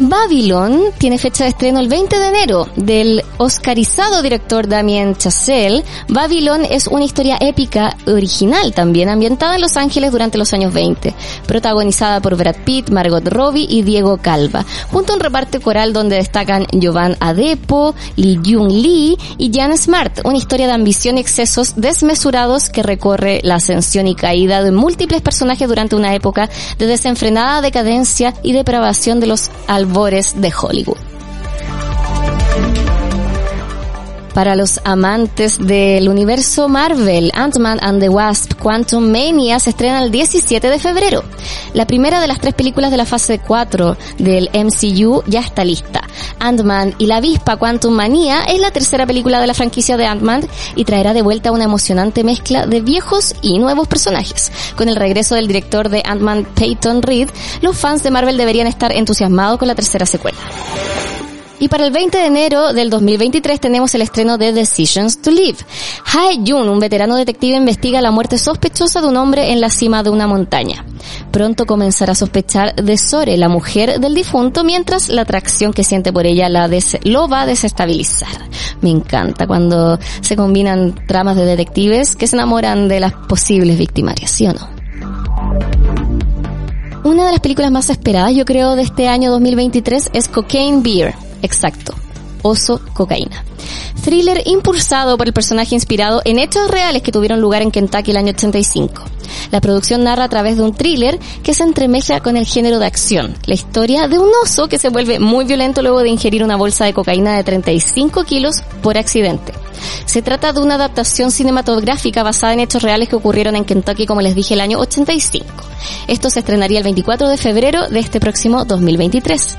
Babylon tiene fecha de estreno el 20 de enero del oscarizado director Damien Chazelle. Babylon es una historia épica original también, ambientada en Los Ángeles durante los años 20, protagonizada por Brad Pitt, Margot Robbie y Diego Calva, junto a un reparto coral donde destacan Giovanni Adepo, Lee Jung Lee y Jan Smart, una historia de ambición y excesos desmesurados que recorre la ascensión y caída de múltiples personajes durante una época de desenfrenada decadencia y depravación de los albores de Hollywood. Para los amantes del universo Marvel, Ant-Man and the Wasp Quantum Mania se estrena el 17 de febrero. La primera de las tres películas de la fase 4 del MCU ya está lista. Ant-Man y la avispa Quantum Mania es la tercera película de la franquicia de Ant-Man y traerá de vuelta una emocionante mezcla de viejos y nuevos personajes. Con el regreso del director de Ant-Man Peyton Reed, los fans de Marvel deberían estar entusiasmados con la tercera secuela. Y para el 20 de enero del 2023 tenemos el estreno de Decisions to Live. Hae Jun, un veterano detective, investiga la muerte sospechosa de un hombre en la cima de una montaña. Pronto comenzará a sospechar de Sore, la mujer del difunto, mientras la atracción que siente por ella la des- lo va a desestabilizar. Me encanta cuando se combinan tramas de detectives que se enamoran de las posibles victimarias, ¿sí o no? Una de las películas más esperadas, yo creo, de este año 2023 es Cocaine Beer. Exacto. Oso Cocaína. Thriller impulsado por el personaje inspirado en hechos reales que tuvieron lugar en Kentucky el año 85. La producción narra a través de un thriller que se entremezcla con el género de acción, la historia de un oso que se vuelve muy violento luego de ingerir una bolsa de cocaína de 35 kilos por accidente. Se trata de una adaptación cinematográfica basada en hechos reales que ocurrieron en Kentucky, como les dije, el año 85. Esto se estrenaría el 24 de febrero de este próximo 2023.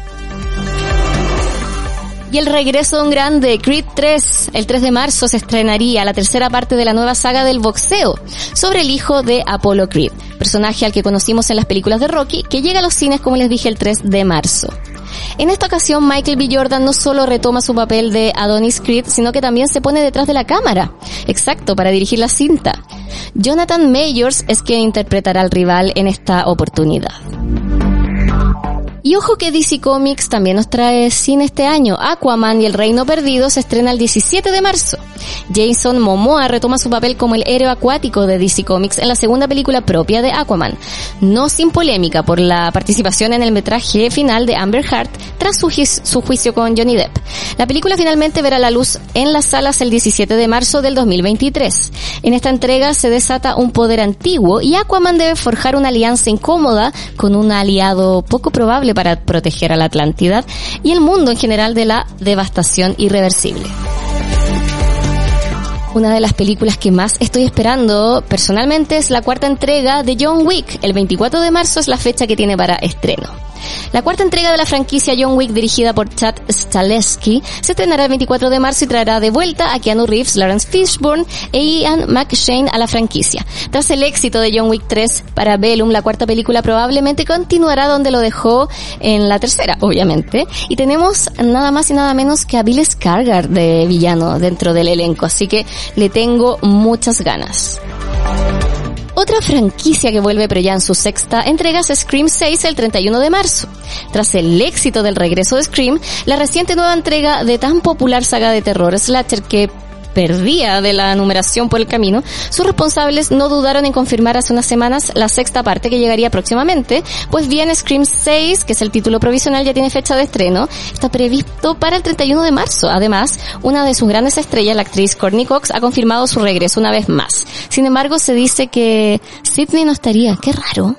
Y el regreso de un grande, Creed 3. El 3 de marzo se estrenaría la tercera parte de la nueva saga del boxeo sobre el hijo de Apollo Creed, personaje al que conocimos en las películas de Rocky, que llega a los cines, como les dije, el 3 de marzo. En esta ocasión, Michael B. Jordan no solo retoma su papel de Adonis Creed, sino que también se pone detrás de la cámara. Exacto, para dirigir la cinta. Jonathan Mayors es quien interpretará al rival en esta oportunidad. Y ojo que DC Comics también nos trae cine este año. Aquaman y el Reino Perdido se estrena el 17 de marzo. Jason Momoa retoma su papel como el héroe acuático de DC Comics en la segunda película propia de Aquaman. No sin polémica por la participación en el metraje final de Amber Heard tras su, juiz- su juicio con Johnny Depp. La película finalmente verá la luz en las salas el 17 de marzo del 2023. En esta entrega se desata un poder antiguo y Aquaman debe forjar una alianza incómoda con un aliado poco probable para proteger a la Atlántida y el mundo en general de la devastación irreversible. Una de las películas que más estoy esperando personalmente es la cuarta entrega de John Wick. El 24 de marzo es la fecha que tiene para estreno. La cuarta entrega de la franquicia John Wick dirigida por Chad Stahelski se estrenará el 24 de marzo y traerá de vuelta a Keanu Reeves, Lawrence Fishburne e Ian McShane a la franquicia. Tras el éxito de John Wick 3 para Bellum, la cuarta película probablemente continuará donde lo dejó en la tercera, obviamente. Y tenemos nada más y nada menos que a Bill Skarsgård de villano dentro del elenco, así que le tengo muchas ganas. Otra franquicia que vuelve pero ya en su sexta entrega es Scream 6 el 31 de marzo. Tras el éxito del regreso de Scream, la reciente nueva entrega de tan popular saga de terror slasher que perdía de la numeración por el camino, sus responsables no dudaron en confirmar hace unas semanas la sexta parte que llegaría próximamente, pues bien Scream 6, que es el título provisional, ya tiene fecha de estreno, está previsto para el 31 de marzo. Además, una de sus grandes estrellas, la actriz Courtney Cox, ha confirmado su regreso una vez más. Sin embargo, se dice que Sidney no estaría, qué raro.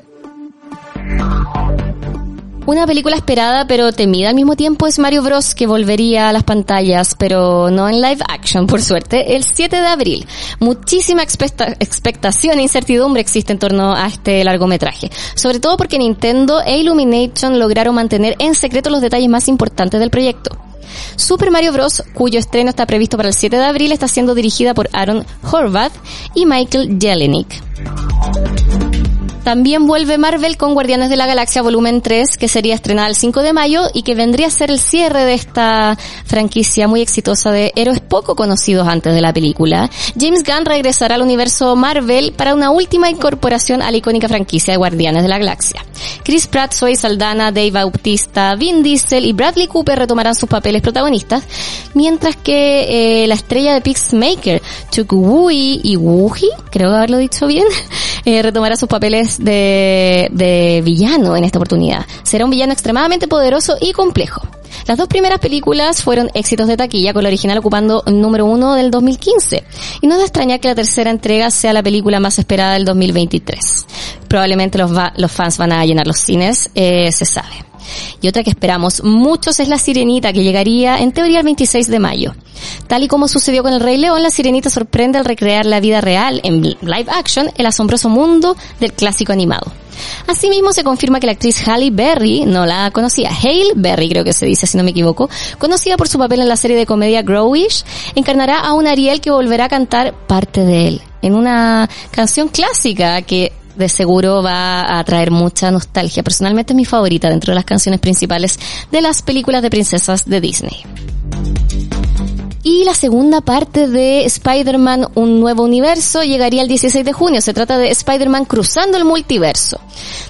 Una película esperada pero temida al mismo tiempo es Mario Bros que volvería a las pantallas, pero no en live action, por suerte, el 7 de abril. Muchísima expecta- expectación e incertidumbre existe en torno a este largometraje, sobre todo porque Nintendo e Illumination lograron mantener en secreto los detalles más importantes del proyecto. Super Mario Bros., cuyo estreno está previsto para el 7 de abril, está siendo dirigida por Aaron Horvath y Michael Jelenic. También vuelve Marvel con Guardianes de la Galaxia Volumen 3, que sería estrenada el 5 de mayo y que vendría a ser el cierre de esta franquicia muy exitosa de héroes poco conocidos antes de la película. James Gunn regresará al universo Marvel para una última incorporación a la icónica franquicia de Guardianes de la Galaxia. Chris Pratt, Zoe Saldana, Dave Bautista, Vin Diesel y Bradley Cooper retomarán sus papeles protagonistas, mientras que eh, la estrella de Peacemaker, Chukwui y Wuji, creo haberlo dicho bien, [LAUGHS] eh, retomará sus papeles de, de villano en esta oportunidad. Será un villano extremadamente poderoso y complejo. Las dos primeras películas fueron éxitos de taquilla, con la original ocupando el número uno del 2015. Y no es de extrañar que la tercera entrega sea la película más esperada del 2023. Probablemente los, va- los fans van a llenar los cines, eh, se sabe. Y otra que esperamos muchos es La Sirenita, que llegaría en teoría el 26 de mayo. Tal y como sucedió con El Rey León, La Sirenita sorprende al recrear la vida real en live action, el asombroso mundo del clásico animado. Asimismo, se confirma que la actriz Halle Berry, no la conocía, Hale Berry creo que se dice si no me equivoco, conocida por su papel en la serie de comedia Growish, encarnará a un Ariel que volverá a cantar parte de él, en una canción clásica que de seguro va a traer mucha nostalgia. Personalmente es mi favorita dentro de las canciones principales de las películas de princesas de Disney. Y la segunda parte de Spider-Man Un Nuevo Universo llegaría el 16 de junio. Se trata de Spider-Man Cruzando el Multiverso.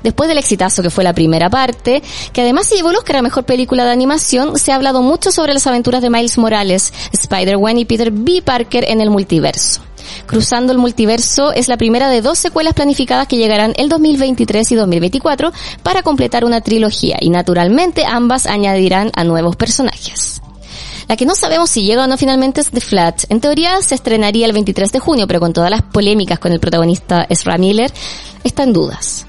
Después del exitazo que fue la primera parte, que además se llevó el Oscar a Mejor Película de Animación, se ha hablado mucho sobre las aventuras de Miles Morales, Spider-Man y Peter B. Parker en el multiverso. Cruzando el multiverso es la primera de dos secuelas planificadas que llegarán el 2023 y 2024 para completar una trilogía y naturalmente ambas añadirán a nuevos personajes. La que no sabemos si llega o no finalmente es The Flat. En teoría se estrenaría el 23 de junio, pero con todas las polémicas con el protagonista Ezra Miller, está en dudas.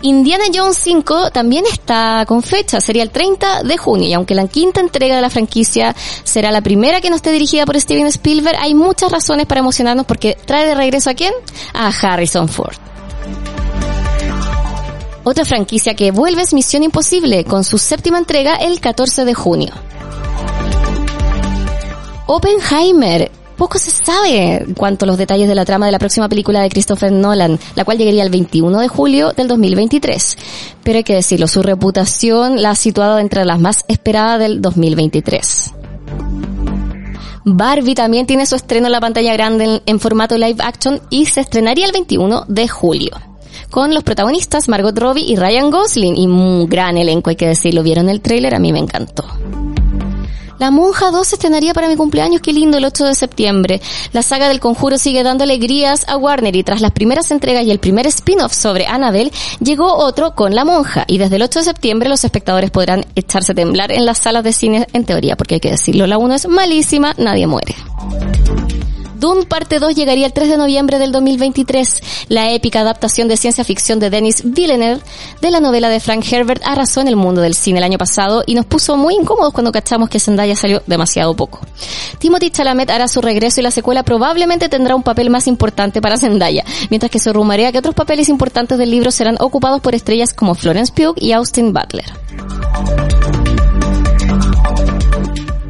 Indiana Jones 5 también está con fecha, sería el 30 de junio, y aunque la quinta entrega de la franquicia será la primera que no esté dirigida por Steven Spielberg, hay muchas razones para emocionarnos porque trae de regreso a quién? A Harrison Ford. Otra franquicia que vuelve es Misión Imposible, con su séptima entrega el 14 de junio. Oppenheimer. Poco se sabe en cuanto a los detalles de la trama de la próxima película de Christopher Nolan, la cual llegaría el 21 de julio del 2023. Pero hay que decirlo, su reputación la ha situado entre las más esperadas del 2023. Barbie también tiene su estreno en la pantalla grande en, en formato live action y se estrenaría el 21 de julio. Con los protagonistas Margot Robbie y Ryan Gosling y un gran elenco, hay que decirlo, vieron el tráiler, a mí me encantó. La Monja 2 se estrenaría para mi cumpleaños, qué lindo, el 8 de septiembre. La saga del conjuro sigue dando alegrías a Warner y tras las primeras entregas y el primer spin-off sobre Annabelle, llegó otro con La Monja y desde el 8 de septiembre los espectadores podrán echarse a temblar en las salas de cine en teoría, porque hay que decirlo, la 1 es malísima, nadie muere. Dune Parte 2 llegaría el 3 de noviembre del 2023. La épica adaptación de ciencia ficción de Denis Villeneuve de la novela de Frank Herbert arrasó en el mundo del cine el año pasado y nos puso muy incómodos cuando cachamos que Zendaya salió demasiado poco. Timothy Chalamet hará su regreso y la secuela probablemente tendrá un papel más importante para Zendaya, mientras que se rumorea que otros papeles importantes del libro serán ocupados por estrellas como Florence Pugh y Austin Butler.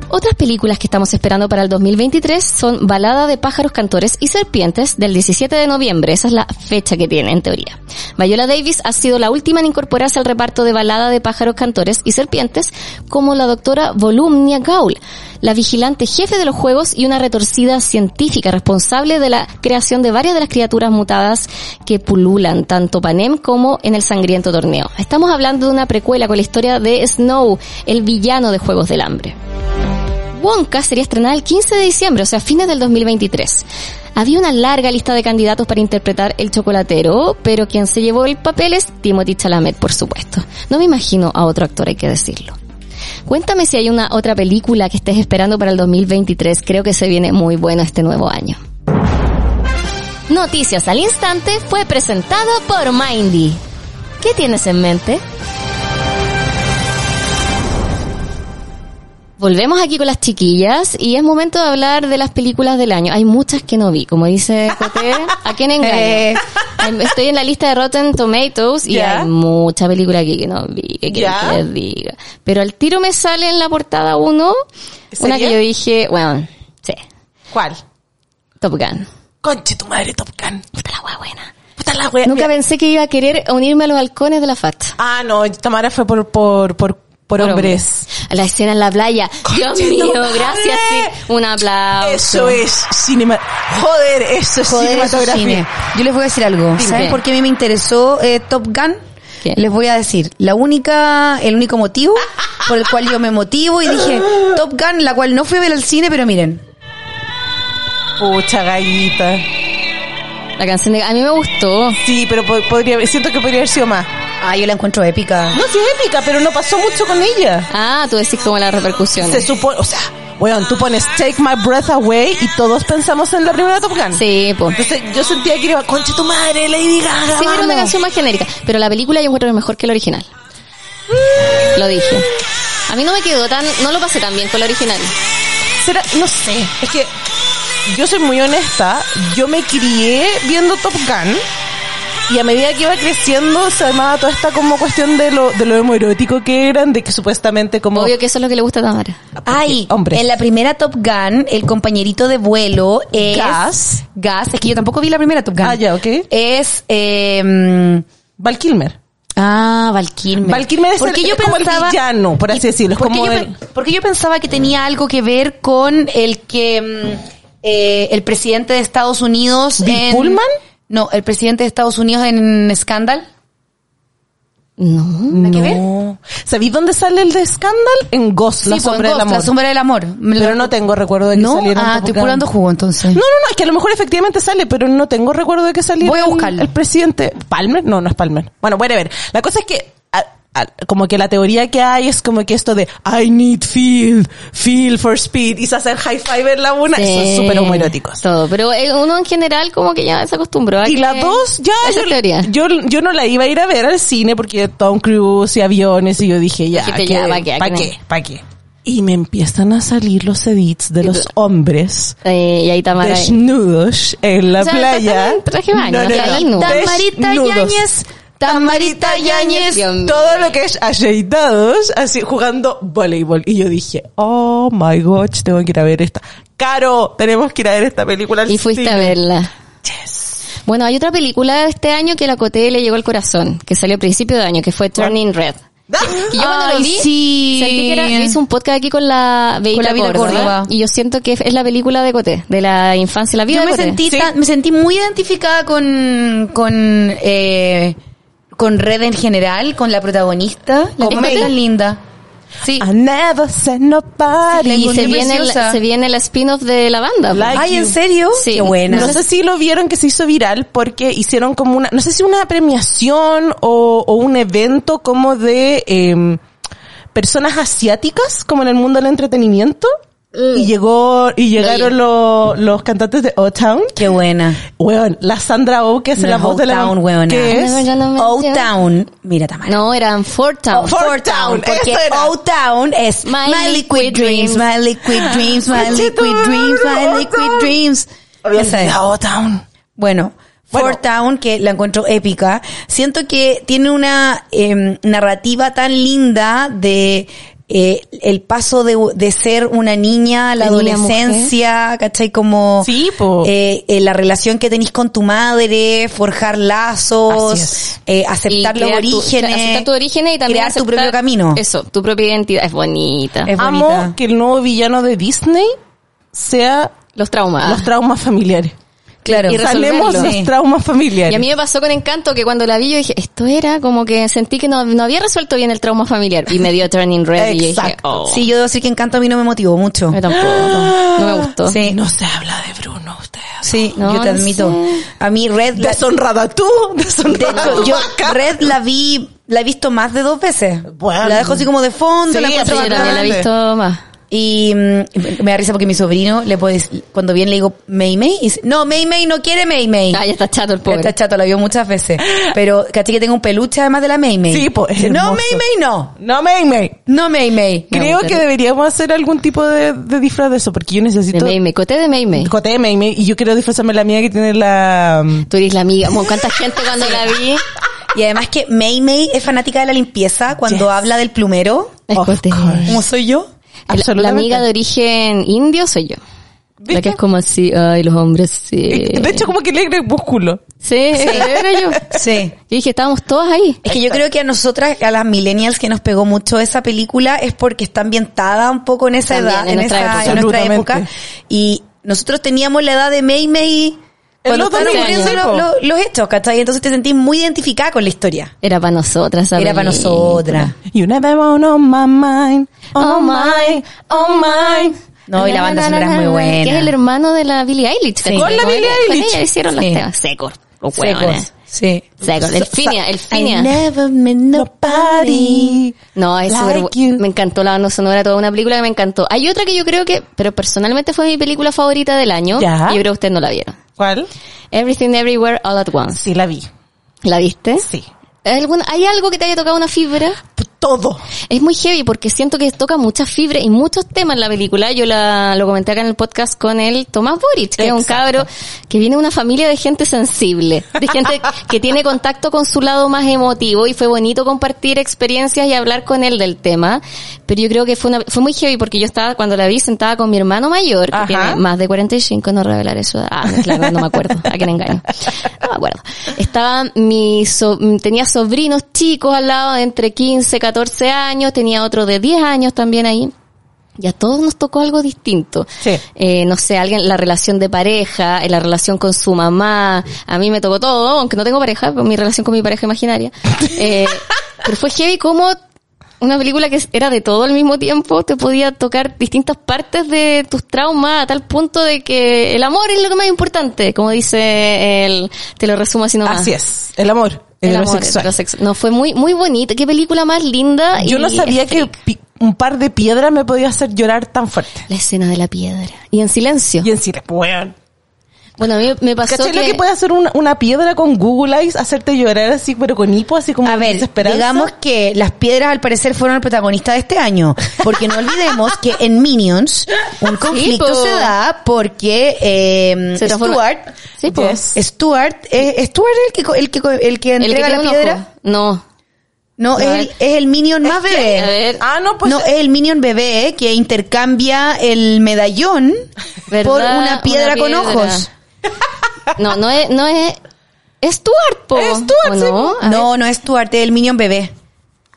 Otras películas que estamos esperando para el 2023 son Balada de pájaros cantores y serpientes del 17 de noviembre. Esa es la fecha que tiene en teoría. Viola Davis ha sido la última en incorporarse al reparto de Balada de pájaros cantores y serpientes como la doctora Volumnia Gaul, la vigilante jefe de los juegos y una retorcida científica responsable de la creación de varias de las criaturas mutadas que pululan tanto Panem como en el sangriento torneo. Estamos hablando de una precuela con la historia de Snow, el villano de Juegos del Hambre. Wonka sería estrenada el 15 de diciembre, o sea, fines del 2023. Había una larga lista de candidatos para interpretar El Chocolatero, pero quien se llevó el papel es Timothy Chalamet, por supuesto. No me imagino a otro actor, hay que decirlo. Cuéntame si hay una otra película que estés esperando para el 2023. Creo que se viene muy bueno este nuevo año. Noticias al instante fue presentado por Mindy. ¿Qué tienes en mente? Volvemos aquí con las chiquillas y es momento de hablar de las películas del año. Hay muchas que no vi, como dice Coté. ¿A quién [LAUGHS] engaño? Eh. Em, Estoy en la lista de Rotten Tomatoes y Ya. hay mucha película aquí que no vi, que quieren Ya. que les diga. Pero al tiro me sale en la portada uno, una ¿Sería? que yo dije, bueno, sí, ¿Cuál? Top Gun. Conche tu madre, Top Gun. Puta la wea buena. encanta la wea. Nunca Mira. pensé que iba a querer unirme a los balcones de la FAT. Ah, no, Tamara fue por, por, por, por hombres. A La escena en la playa. Dios tu mío, madre! gracias. sí. Un aplauso. Eso es cinema. Joder, eso es Joder, cinematografía. cine. Yo les voy a decir algo. Dime. ¿Saben por qué a mí me interesó eh, Top Gun? ¿Qué? Les voy a decir, la única, el único motivo por el cual yo me motivo y dije, Top Gun, la cual no fui a ver al cine, pero miren, Pucha gallita. La canción de... A mí me gustó. Sí, pero po- podría, siento que podría haber sido más. ah, yo la encuentro épica. No, sí es épica, pero no pasó mucho con ella. Ah, tú decís como las Se repercusiones. supone, o sea, weón, tú pones Take My Breath Away y todos pensamos en la primera Top Gun. Sí, po. Sí, Entonces yo sentía que era, concha tu madre, Lady Gaga. pero una vamos". canción más genérica. Pero la película yo encuentro que es mejor que la original. Lo dije. A mí no me quedó tan... No lo pasé tan bien con la original. Será- no sé, es que yo soy muy honesta, yo me crié viendo Top Gun y a medida que iba creciendo se armaba toda esta como cuestión de lo, de lo homoerótico que eran, de que supuestamente como... Obvio que eso es lo que le gusta a Tamara. Ay, Hombre. en la primera Top Gun, el compañerito de vuelo es... Gas. Gas, es que yo tampoco vi la primera Top Gun. Ah, ya, ok. Es, eh, Val Kilmer. Ah, Val Kilmer. Val Kilmer es el- es como el villano, por así ¿Y decirlo, es por qué como yo el- pe- Porque yo pensaba que tenía algo que ver con el que mm, eh, el presidente de Estados Unidos... ¿Bill en- Pullman? No, el presidente de Estados Unidos en Scandal. No. ¿Nada que ver? No. ¿Sabéis dónde sale el de Scandal? En Ghost, la Sí, pues, en sombra del Ghost, amor. La sombra del amor. Me Pero lo- no tengo recuerdo de que ¿No? saliera en Ah, Top estoy Gun. curando jugo Eh. entonces. No, no, no, es que a lo mejor efectivamente sale, pero no tengo recuerdo de que saliera. Voy a el- buscarlo. El presidente. ¿Palmer? No, no es Palmer. Bueno, bueno, a ver. La cosa es que, a- a- como que la teoría que hay es como que esto de I need feel, feel for speed, y se hacer high five en la una, eso es Sí. súper homoerótico. Todo, pero eh, uno en general como que ya se acostumbró a Y que- la dos, ya, a Esa teoría. yo, yo, yo no la iba a ir a ver al cine porque Tom Cruise y aviones, y yo dije, ya, Dijiste, ¿qué- ya, ¿pa' qué? ¿pa' qué? ¿Pa' qué? Y me empiezan a salir los edits de Y los tú- hombres Eh, y ahí Tamara... desnudos en la O sea, playa. estás en traje de baño, No, no, playa no. desnudo. Tamarita Desnudos. Yáñez. Tamarita Yáñez. Dios mío. Todo lo que es aceitados, así jugando voleibol. Y yo dije, oh my gosh, tengo que ir a ver esta. Caro, tenemos que ir a ver esta película. al Y fuiste a cine". verla. Yes. Bueno, hay otra película de este año que la acoté y le llegó al corazón, que salió a principio de año, que fue Turning Red. Y yo cuando lo Ay, vi, sí. sentí que era, yo hice un podcast aquí con la Bella Con la Vila Córdoba, Córdoba. y yo siento que es la película de Coté, de la infancia y la vida de Yo me Coté. sentí, Sí. tan- me sentí muy identificada con, con, eh, con Red en general, con la protagonista, la ¿Con que es May? tan linda. Sí. [LAUGHS] I never said nobody. Sí, y se Muy viene, el, preciosa. se viene el spin-off de la banda. po. Like Ay, you. ¿en serio? Sí. Qué buena. No sé si lo vieron que se hizo viral porque hicieron como una, no sé si una premiación o, o un evento como de em, personas asiáticas, como en el mundo del entretenimiento. Y llegó, y llegaron los, los cantantes de O-Town. Qué buena. Weón, la Sandra O que hace No la es voz de la O-Town, weona. ¿Qué No, es? ya no me Old Town. Mira, Tamara. No, eran Four Town. Oh, Four- Town, Porque eso era. Old Town es My liquid my, liquid dreams, dreams. my liquid dreams, my Conchito, liquid dreams, Old my liquid Town. dreams. Esa es. La O-Town. Bueno, Bueno. Fort Town, que la encuentro épica, siento que tiene una eh, narrativa tan linda de eh, el paso de, de ser una niña a la De niña a adolescencia, ¿cachai? Como Sí, po. eh, eh, la relación que tenés con tu madre, forjar Así lazos, es. eh, aceptar Y los crear tu- orígenes. aceptar tus orígenes y también crear tu aceptar- propio camino. Eso, tu propia identidad. Es bonita. Es Amo bonita. que el nuevo villano de Disney sea Los traumas. los traumas familiares. Claro, Ah. y resolverlo. Sanemos los Sí. traumas familiares. Y a mí me pasó con Encanto que cuando la vi yo dije, esto era como que sentí que no, no había resuelto bien el trauma familiar. Y me dio Turning Red y yo dije, Exacto. oh. Sí, yo debo decir que Encanto a mí no me motivó mucho. Yo tampoco. No me gustó. Sí, No se habla de Bruno, ustedes. sí, No, yo te no admito. sé. A mí Red la- Deshonrada tú, [LAUGHS] De deshonrada hecho, [LAUGHS] tú, yo vaca. Red la vi, la he visto más de dos veces. Bueno. La dejo así como de fondo, Sí, la Sí, encuentro yo también la he bacán. visto más. Y mm, me da risa porque mi sobrino le puede decir- cuando viene le digo May May, y dice, no, May May no quiere May May. Ah, ya está chato el pobre. Está chato, la vio muchas veces. Pero caché que tengo un peluche además de la May May. Sí, pues, es Dice, No, hermoso. May May no. No, May May. No, May May. Me Creo gusta que el- deberíamos hacer algún tipo de, de disfraz de eso, porque yo De necesito... Meime, coté de Meime. Coté de May May, y yo quiero disfrazarme la mía que tiene la... mm, Tú eres la amiga. Bueno, cuánta gente cuando la vi. Y además que May May es fanática de la limpieza cuando Yes. habla del plumero. Es Of coté. course. ¿Cómo soy yo? La, la Absolutamente. amiga de origen indio soy yo. La que es como así, ay, los hombres, sí. De hecho, como que le músculo. Sí, era yo. Sí. Yo dije, estábamos todas ahí. Es que yo creo que a nosotras, a las millennials que nos pegó mucho esa película es porque está ambientada un poco en esa También, edad, en en, nuestra esa- época. en nuestra Absolutamente. época. Y nosotros teníamos la edad de May May En cuando los estaban 2000 ocurriendo años, lo- po. lo- los hechos, ¿cachai? Entonces te sentís muy identificada con la historia. Era para nosotras, esa Era para película. nosotras. You never want on my mind, Oh on my, oh my. No, y la banda sonora es muy buena. Que es el hermano de la Billie Eilish. ¿te Sí. acuerdas? Con la Billie Con Eilish. ella hicieron los Sí. temas. Secos. Los Secos. huevones. Sí. Secos. El Finia, el Finia. never met nobody. No, es Like súper bu- you. Me encantó la banda sonora, toda una película que me encantó. Hay otra que yo creo que, pero personalmente fue mi película favorita del año. Ya. Y yo creo que ustedes no la vieron. ¿Cuál? Everything Everywhere All at Once. Sí, la vi. ¿Eh? ¿La viste? Sí. ¿Hay, algún- ¿Hay algo que te haya tocado una fibra? Todo. Es muy heavy porque siento que toca muchas fibras y muchos temas en la película. Yo la, lo comenté acá en el podcast con el Tomás Boric, que es un Exacto. cabro que viene de una familia de gente sensible, de gente que tiene contacto con su lado más emotivo y fue bonito compartir experiencias y hablar con él del tema. Pero yo creo que fue, una, fue muy heavy porque yo estaba, cuando la vi, sentada con mi hermano mayor, que Ajá. tiene más de 45, no revelar eso. Ah, claro, no me acuerdo. ¿A quién engaño? No me acuerdo. Estaba mi, so- tenía sobrinos chicos al lado de entre 15, 14 años, tenía otro de 10 años también ahí. Y a todos nos tocó algo distinto. Sí. Eh, no sé, alguien, la relación de pareja, eh, la relación con su mamá. A mí me tocó todo, aunque no tengo pareja, pero mi relación con mi pareja imaginaria. Eh, pero fue heavy como una película que era de todo al mismo tiempo, te podía tocar distintas partes de tus traumas a tal punto de que el amor es lo que más importante, como dice el, te lo resumo así nomás. Así es. El amor. El, El, amor heterosexual. heterosexual. No, fue muy, muy bonita. Qué película más linda. Yo no y este, sabía es que pi- un par de piedras me podía hacer llorar tan fuerte. La escena de la piedra. Y en silencio. Y en sí, weón. Bueno, a mí me pasó ¿Cachai que... lo que puede hacer una, una piedra con Google Eyes? Hacerte llorar así, pero con hipo, así como A ver, desesperanza. digamos que las piedras al parecer fueron el protagonista de este año, porque no olvidemos que en Minions un conflicto po. se da porque eh, Se transforma- Stuart, Sí, po. Yes. Stuart, eh, Stuart es el que co- el que co- el que El que entrega tiene un la ojo. piedra, No. no, es No, el, eh. es el Minion más Es que, bebé. a ver, Ah, no, pues. no, es el Minion bebé que intercambia el [LAUGHS] medallón ¿Verdad? por una piedra, Una con piedra. ojos. No, no es... No es es Stuart, po. Es Stuart, ¿O sí, no? po. A ver. No, no es Stuart, es el Minion bebé.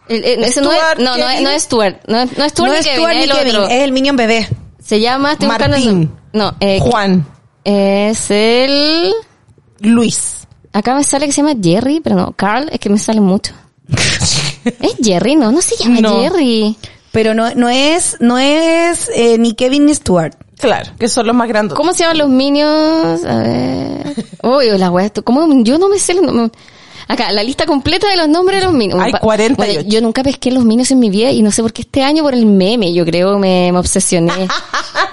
El- el- ese no es, Stuart, no, no es, Kevin. no es Stuart. No es, no es Stuart no ni es Kevin, Stuart es ni el Kevin, otro. es el Minion bebé. Se llama... estoy buscando el Martín. nombre. No, eh, Juan, Es el... [LAUGHS] Luis. Acá me sale que se llama Jerry, pero no. Carl, es que me sale mucho. ¿Es Jerry? No, no se llama No. Jerry. Pero no, no es, no es eh, ni Kevin ni Stuart. Claro, que son los más grandes. ¿Cómo se llaman los minions? A ver. Uy, la wea, esto- ¿cómo? Yo no me sé los nombres. Acá, la lista completa de los nombres de los minions. Hay Pa- 48. Bueno, yo nunca pesqué los minions en mi vida y no sé por qué este año por el meme, yo creo, me, me [LAUGHS] obsesioné.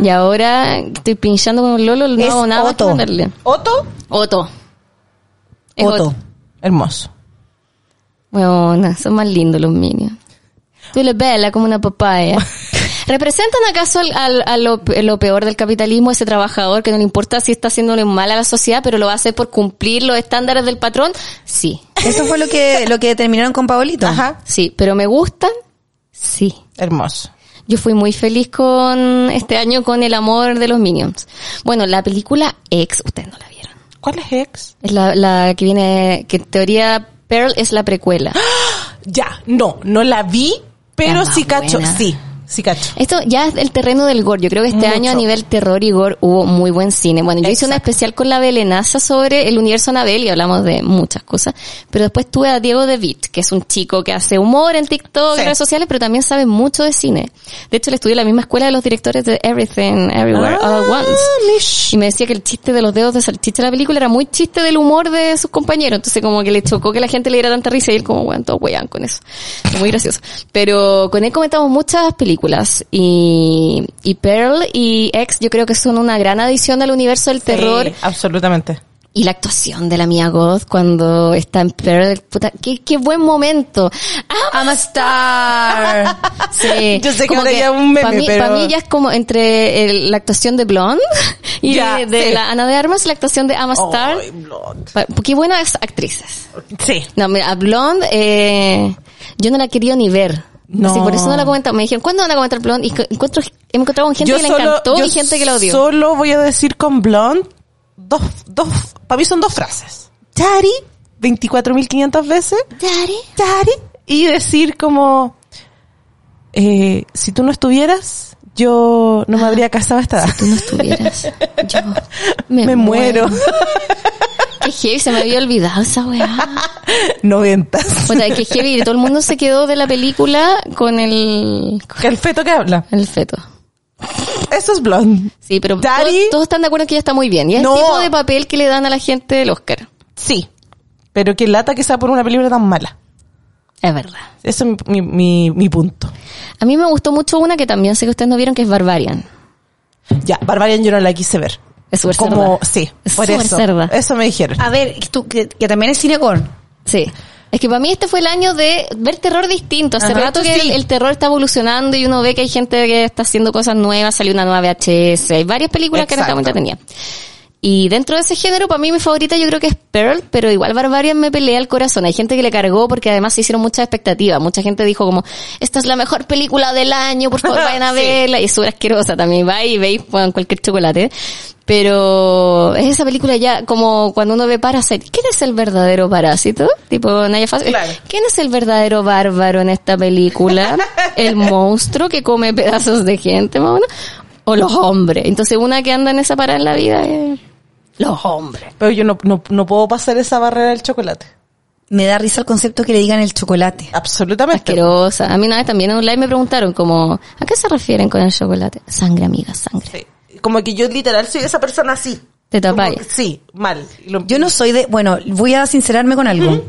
y ahora estoy pinchando con Lolo, no Es hago nada más que Otto. mandarle. Otto, Otto. Es Otto. hermoso. Bueno, son más lindos los minions. Tú le vela como una papaya. ¿Representan acaso al, al- a lo, lo peor del capitalismo, ese trabajador que no le importa si está haciéndole mal a la sociedad, pero lo hace por cumplir los estándares del patrón? Sí, Eso fue lo que, lo que determinaron con Paolito. Ajá, sí, pero ¿me gustan? Sí. hermoso. Yo fui muy feliz con este año con el amor de los minions. Bueno, la película Ex, ustedes no la vieron. ¿Cuál es ex? Es la, la que viene, que en teoría Pearl es la precuela. Ya, no, no la vi, pero La sí más cacho, buena. sí, sí cacho. Esto ya es el terreno del gore. Yo creo que este Mucho. año a nivel terror y gore hubo muy buen cine. Bueno, yo hice una especial con la Belenaza sobre el universo Anabel y hablamos de muchas cosas. Pero después tuve a Diego De Witt, que es un chico que hace humor en TikTok y Sí. redes sociales, pero también sabe mucho de cine. De hecho, le estudié en la misma escuela de los directores de Everything, Ah, Everywhere, All at Once. mish. Y me decía que el chiste de los dedos de salchicha de la película era muy chiste del humor de sus compañeros. Entonces como que le chocó que la gente le diera tanta risa y él como, weón, todos wean con eso. Fue muy gracioso. Pero con él comentamos muchas películas y, y Pearl y X yo creo que son una gran adición al universo del terror Sí, absolutamente. y la actuación de la Mia Goth cuando está en Pearl. Puta, qué, qué buen momento. Ah, I'm a [LAUGHS] star. Sí. Yo sé que ahora ya es un meme, para mí, pero- pa' mí ya es como entre el- la actuación de Blonde [LAUGHS] y Ya, de, de sí. Oh, la Ana de Armas, la actuación de Ama Star. Ay, Lord. Pa- Qué buenas actrices. Sí. No, mira, a Blonde, eh, yo no la quería ni ver. No. Así, por eso no la comentan. Me dijeron, ¿cuándo van a comentar Blonde? Y co- encuentro, he encontrado con gente que le encantó yo y gente que la odió. Solo voy a decir con Blonde dos, dos, para mí son dos frases. Daddy, 24.500 veces. Daddy. Daddy. Y decir como, eh, si tú no estuvieras, yo no me Ah. habría casado hasta Si tú no estuvieras, yo me, Me muero. [LAUGHS] Qué heavy, se me había olvidado esa weá. Noventas. O sea, que heavy, todo el mundo se quedó de la película con el, [LAUGHS] El feto que habla. con el feto. Eso es Blonde. Sí, pero Daddy. todos, todos están de acuerdo que ella está muy bien. Y es No. el tipo de papel que le dan a la gente del Oscar. Sí. Pero que lata que sea por una película tan mala. Es verdad. Ese es mi, mi, mi- mi punto. A mí me gustó mucho una que también sé que ustedes no vieron, que es Barbarian. Ya, Barbarian yo no la quise ver. Es súper cerda. Como, sí, Es por súper eso. cerda. Eso me dijeron. A ver, tú, que, que también es cinecorn. Sí. Es que para mí este fue el año de ver terror distinto. Hace Ajá. rato que el, el terror está evolucionando y uno ve que hay gente que está haciendo cosas nuevas, salió una nueva VHS, hay varias películas que no están muy Exacto. entretenidas. Y dentro de ese género, para mí mi favorita yo creo que es Pearl, pero igual Barbarian me pelea el corazón. Hay gente que le cargó porque además se hicieron muchas expectativas. Mucha gente dijo como, esta es la mejor película del año, por [LAUGHS] favor vayan a Sí. verla. Y es súper asquerosa también, va y veis pongan cualquier chocolate. Pero es esa película ya como cuando uno ve Parasite. ¿Quién es el verdadero parásito? Tipo, Naya Fácil. Claro. ¿Quién es el verdadero bárbaro en esta película? ¿El monstruo que come pedazos de gente, más o menos? ¿O los hombres? Entonces una que anda en esa parada en la vida es... Los hombres. Pero yo no, no, no puedo pasar esa barrera del chocolate. Me da risa el concepto que le digan el chocolate. Absolutamente. Asquerosa. A mí una vez también en un live me preguntaron como, ¿a qué se refieren con el chocolate? Sangre, amiga, sangre. Sí. Como que yo literal soy esa persona así. Te Como- tapáis. Sí, mal. Lo- Yo no soy de, bueno, voy a sincerarme con algo.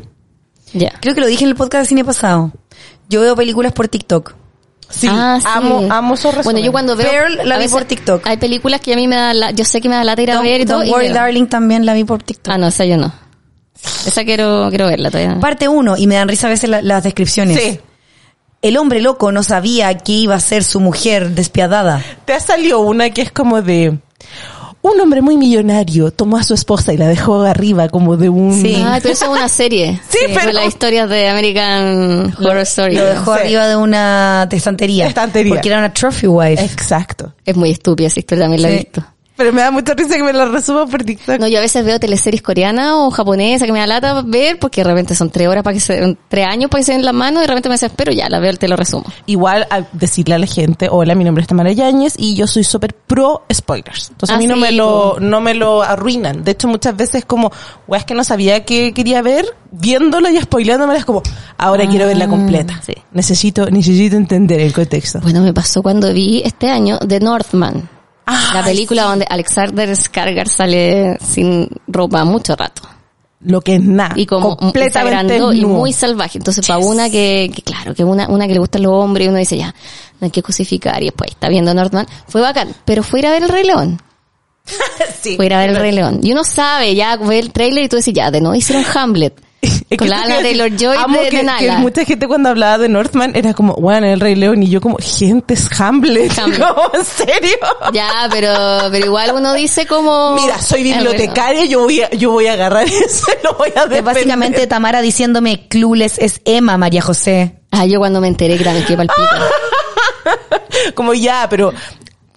Ya. Creo que lo dije en el podcast de cine pasado. Yo veo películas por TikTok. sí, Ah, sí. amo, amo esos Bueno, resúmenes. yo cuando veo... Pearl la a vi veces por TikTok. Hay películas que a mí me da... La, yo sé que me da lata ir a Don't- ver y todo. Don't y Worry veo. Darling también la vi por TikTok. Ah, no, esa yo no. Esa quiero, quiero verla todavía. no. Parte uno, y me dan risa a veces la- las descripciones. Sí. El hombre loco no sabía que iba a ser su mujer despiadada. Te ha salido una que es como de... Un hombre muy millonario tomó a su esposa y la dejó arriba como de un... Sí. Ay, Ah, pero eso es [LAUGHS] una serie. Sí, pero- De las historias de American Horror Story. Lo dejó Sí. arriba de una estantería. Estantería. Porque era una trophy wife. Exacto. Es muy estúpida esa historia, también la he Sí. visto. Pero me da mucha risa que me la resuma por TikTok. No, yo a veces veo teleseries coreanas o japonesas que me da lata ver porque de repente son tres horas para que se, tres años para que se den la mano y de repente me desespero, ya la veo, te lo resumo. Igual a decirle a la gente, hola, mi nombre es Tamara Yáñez y yo soy súper pro spoilers. Entonces Ah, a mí no, sí, me lo, no me lo arruinan. De hecho, muchas veces como, weas que no sabía que quería ver, viéndola y spoilándomela es como, ahora quiero verla completa. Ah, sí. Necesito, necesito entender el contexto. Bueno, me pasó cuando vi este año The Northman. Ah, la película donde Alexander Skarsgård sale sin ropa mucho rato. Lo que es nada. y como se Ah, completamente agrandó y desnudo. [LAUGHS] muy salvaje. Entonces, para una que, que claro, que una, una que le gustan los hombres y uno dice ya, no hay que crucificar y después está viendo Northman, fue bacán, pero fue ir a ver el Rey León. [LAUGHS] Sí. Fue ir a ver el Rey León. Y uno sabe, ya ve el trailer y tú decís, ya, de no hicieron [LAUGHS] Hamlet. Es que con eso la te iba Lana a decir, Taylor Joy amo de, de que, Nala. que mucha gente cuando hablaba de Northman era como, bueno, el Rey León y yo como, gente es Hamlet. [LAUGHS] Hamlet. Como, ¿En serio? Ya, pero, pero igual uno dice como... Mira, soy Es bueno. bibliotecaria, yo voy a, yo voy a agarrar [LAUGHS] eso y lo voy a Pues, Es defender. básicamente Tamara diciéndome, Clueless es Emma, María José. Ah, yo cuando me enteré que era me quedé pa'l [LAUGHS] pico. Como ya, pero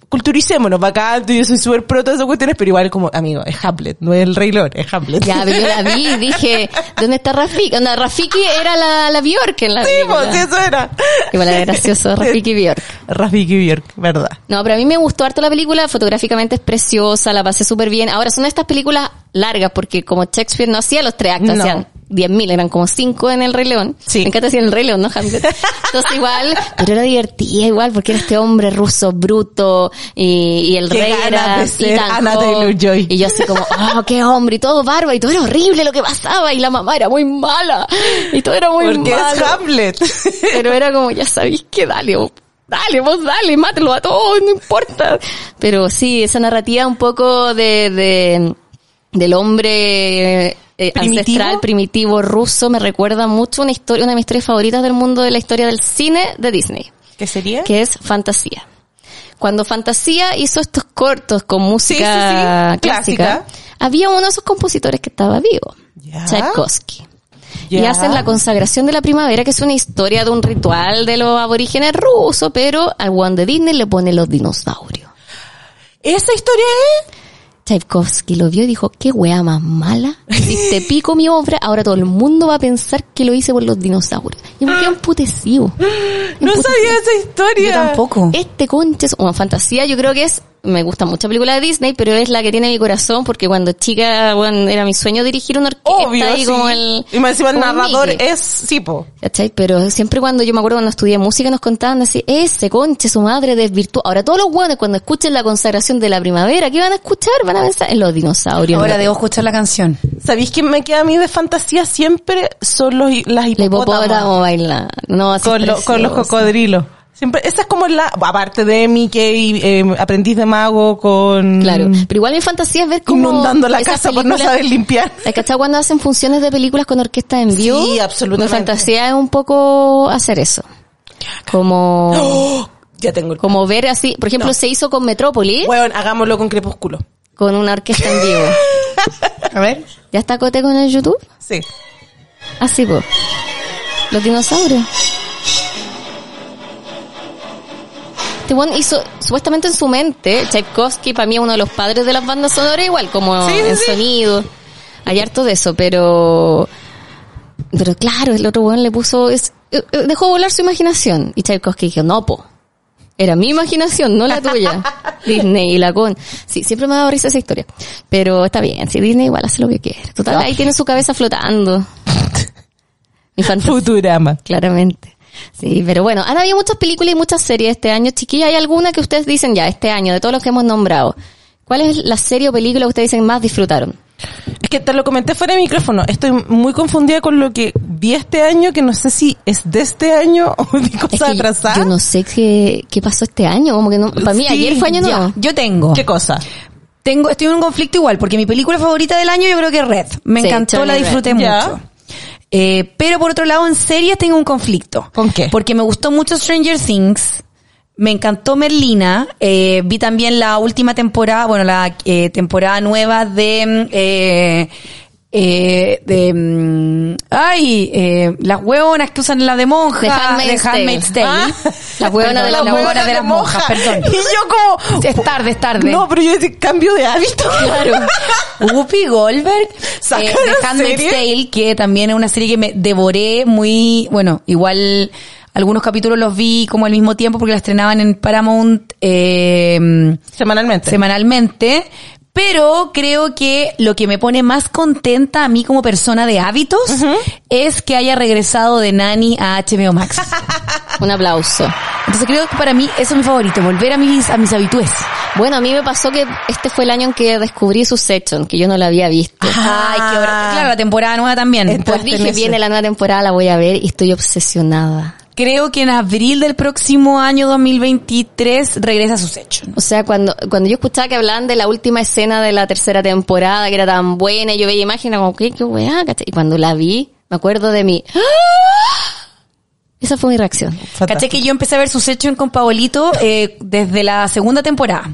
culturicémonos, bacán, tú y yo soy súper pro de todas esas cuestiones, pero igual como, amigo, es Hamlet, no es el Rey León, es Hamlet. Ya, pero yo la vi y [LAUGHS] dije, ¿dónde está Rafiki? Onda, Rafiki era la, la Bjork en la Sí, película. pues, sí, eso era. Igual era [LAUGHS] gracioso, Rafiki Bjork. Rafiki Bjork, verdad. No, pero a mí me gustó harto la película, fotográficamente es preciosa, la pasé súper bien. Ahora son estas películas largas, porque como Shakespeare no hacía los tres actos, No. hacían 10.000, eran como cinco en El Rey León. Sí. Me encanta decir El Rey León, ¿no, [LAUGHS] Hamlet? Entonces igual, pero era divertida igual, porque era este hombre ruso, bruto, y, y el Qué rey ganas era de ser Ethan Anna Hawke. Taylor-Joy. Y yo así como, oh, qué hombre, y todo bárbaro, y todo era horrible lo que pasaba, y la mamá era muy mala, y todo era muy Porque es malo. [LAUGHS] Hamlet. Pero era como, ya sabéis que dale, vos, dale, vos dale, mátelo a todos, no importa. Pero sí, esa narrativa un poco de, de- del hombre eh, ¿Primitivo? ancestral, primitivo, ruso, me recuerda mucho una historia, una de mis historias favoritas del mundo de la historia del cine de Disney, ¿Qué sería? que es Fantasía. Cuando Fantasía hizo estos cortos con música sí, sí, clásica, clásica. había uno de esos compositores que estaba vivo, Ya. Tchaikovsky. y Ya. hacen la consagración de la primavera, que es una historia de un ritual de los aborígenes rusos, pero al one de Disney le pone los dinosaurios. Esa historia es. Tchaikovsky lo vio y dijo, qué wea más mala, si [LAUGHS] te pico mi obra, ahora todo el mundo va a pensar que lo hice por los dinosaurios. Y me quedé emputecido. [GASPS] No sabía esa historia. Yo tampoco. Este conche es una fantasía, yo creo que es, me gusta mucho la película de Disney, pero es la que tiene mi corazón porque cuando chica, bueno, era mi sueño dirigir una orquesta Obvio. ahí sí. como el... y más encima el como narrador Mickey. es Sipo. ¿Cachai? Pero siempre cuando yo me acuerdo cuando estudié música nos contaban así, ese conche, su madre desvirtuó. Ahora todos los hueones cuando escuchen la consagración de la primavera, ¿qué van a escuchar? Van a pensar en los dinosaurios. Ahora en la- debo escuchar la canción. ¿Sabéis que me queda a mí de fantasía siempre? Son los, hi- las la hipopótamas. hipopótamo bailar. No, así con, es lo- con los precioso. cocodrilos. Siempre, esa es como la, aparte de Mickey, eh, aprendiz de mago con... Claro. Pero igual mi fantasía es ver cómo... Inundando la esas casa por no películas- saber limpiar. ¿Hay cachado cuando hacen funciones de películas con orquesta en vivo? Sí, absolutamente. Mi fantasía es un poco hacer eso. [GASPS] Como, ¡Oh! Ya tengo el... como ver así, por ejemplo, se hizo con Metrópolis, Bueno, hagámoslo con Crepúsculo. con una orquesta en [GASPS] vivo. A ver. ¿Ya está Cote con el YouTube? Sí. Así pues. Los dinosaurios. Este weón hizo, supuestamente en su mente, Tchaikovsky para mí es uno de los padres de las bandas sonoras igual, como Sí, sí, en sí. sonido. Hay harto de eso, pero... Pero claro, el otro weón le puso... Es, eh, eh, dejó volar su imaginación. Y Tchaikovsky dijo, no, po. Era mi imaginación, no la tuya. Disney y la con... Sí, siempre me ha dado risa esa historia. Pero está bien, si Disney igual hace lo que quiere. Total, ahí tiene su cabeza flotando. Mi fantasía. Futurama. Claramente. Sí, pero bueno, han habido muchas películas y muchas series este año, chiquilla. ¿Hay alguna que ustedes dicen ya este año, de todos los que hemos nombrado? ¿Cuál es la serie o película que ustedes dicen más disfrutaron? Es que te lo comenté fuera de micrófono. Estoy muy confundida con lo que vi este año, que no sé si es de este año o [LAUGHS] de Es cosa que atrasada. Yo no sé qué, qué pasó este año, como que no, para mí Sí, ayer fue año Ya, nuevo. yo tengo. ¿Qué cosa? Tengo, estoy en un conflicto igual, porque mi película favorita del año yo creo que es Red. Me Sí, encantó, Johnny la Red. disfruté Ya. mucho. Eh, pero por otro lado, en series tengo un conflicto. ¿Con qué? Porque me gustó mucho Stranger Things. Me encantó Merlina. eh, vi también la última temporada, bueno, la eh, temporada nueva de... mm, eh, eh, de mm, ay eh, las hueonas que usan la de monja The Handmaid's de Handmaid's Tale Tale. La hueona de Perdón, la la monja. hueona de las monjas perdón Y yo como... [LAUGHS] es tarde es tarde No, pero yo dije, cambio de hábito. Claro. Whoopi Goldberg, eh, ¿Sacaron de Handmaid's serie? Tale, que también es una serie que me devoré muy, bueno, igual algunos capítulos los vi como al mismo tiempo porque la estrenaban en Paramount eh, [LAUGHS] Semanalmente. semanalmente. Pero creo que lo que me pone más contenta a mí como persona de hábitos es que haya regresado de Nani a HBO Max. Un aplauso. Entonces creo que para mí eso es mi favorito, volver a mis, a mis habitudes. Bueno, a mí me pasó que este fue el año en que descubrí Succession, que yo no la había visto. Ay, qué hora- Claro, la temporada nueva también. Pues dije, viene la nueva temporada, la voy a ver y estoy obsesionada. Creo que en abril del próximo año 2023 regresa sus hechos. O sea, cuando, cuando yo escuchaba que hablaban de la última escena de la tercera temporada, que era tan buena, y yo veía imágenes como, ¿qué, qué weá? ¿cachai? Y cuando la vi, me acuerdo de mi... ¡Ah! Esa fue mi reacción. Caché que yo empecé a ver sus hechos con Paolito eh, desde la segunda temporada.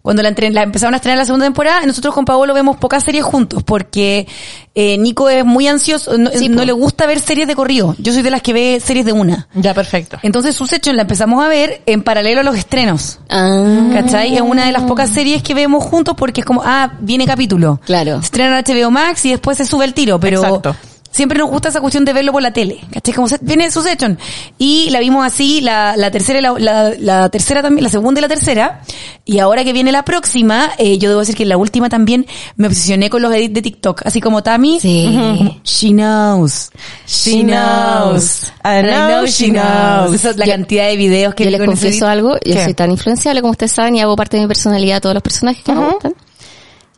Cuando la, entre- la empezaron a estrenar la segunda temporada, nosotros con Paolo vemos pocas series juntos porque eh, Nico es muy ansioso, no, Sí, no po. le gusta ver series de corrido. Yo soy de las que ve series de una. Ya, perfecto. Entonces sus hechos la empezamos a ver en paralelo a los estrenos. Ah, ¿Cachai? Es una de las pocas series que vemos juntos porque es como, ah, viene capítulo. Claro. Se estrena en HBO Max y después se sube el tiro, pero Exacto. siempre nos gusta esa cuestión de verlo por la tele. ¿Cachai? Como se- viene Succession. Y la vimos así, la, la tercera y la, la- la tercera también, la segunda y la tercera. Y ahora que viene la próxima, eh, yo debo decir que en la última también me obsesioné con los edits de TikTok. Así como Tami. Sí. Ujú. She knows. She knows. I know she knows. Esa es la Yo- cantidad de videos que yo vi les con ese confieso edit. algo, yo ¿Qué? soy tan influenciable como ustedes saben y hago parte de mi personalidad a todos los personajes que me gustan.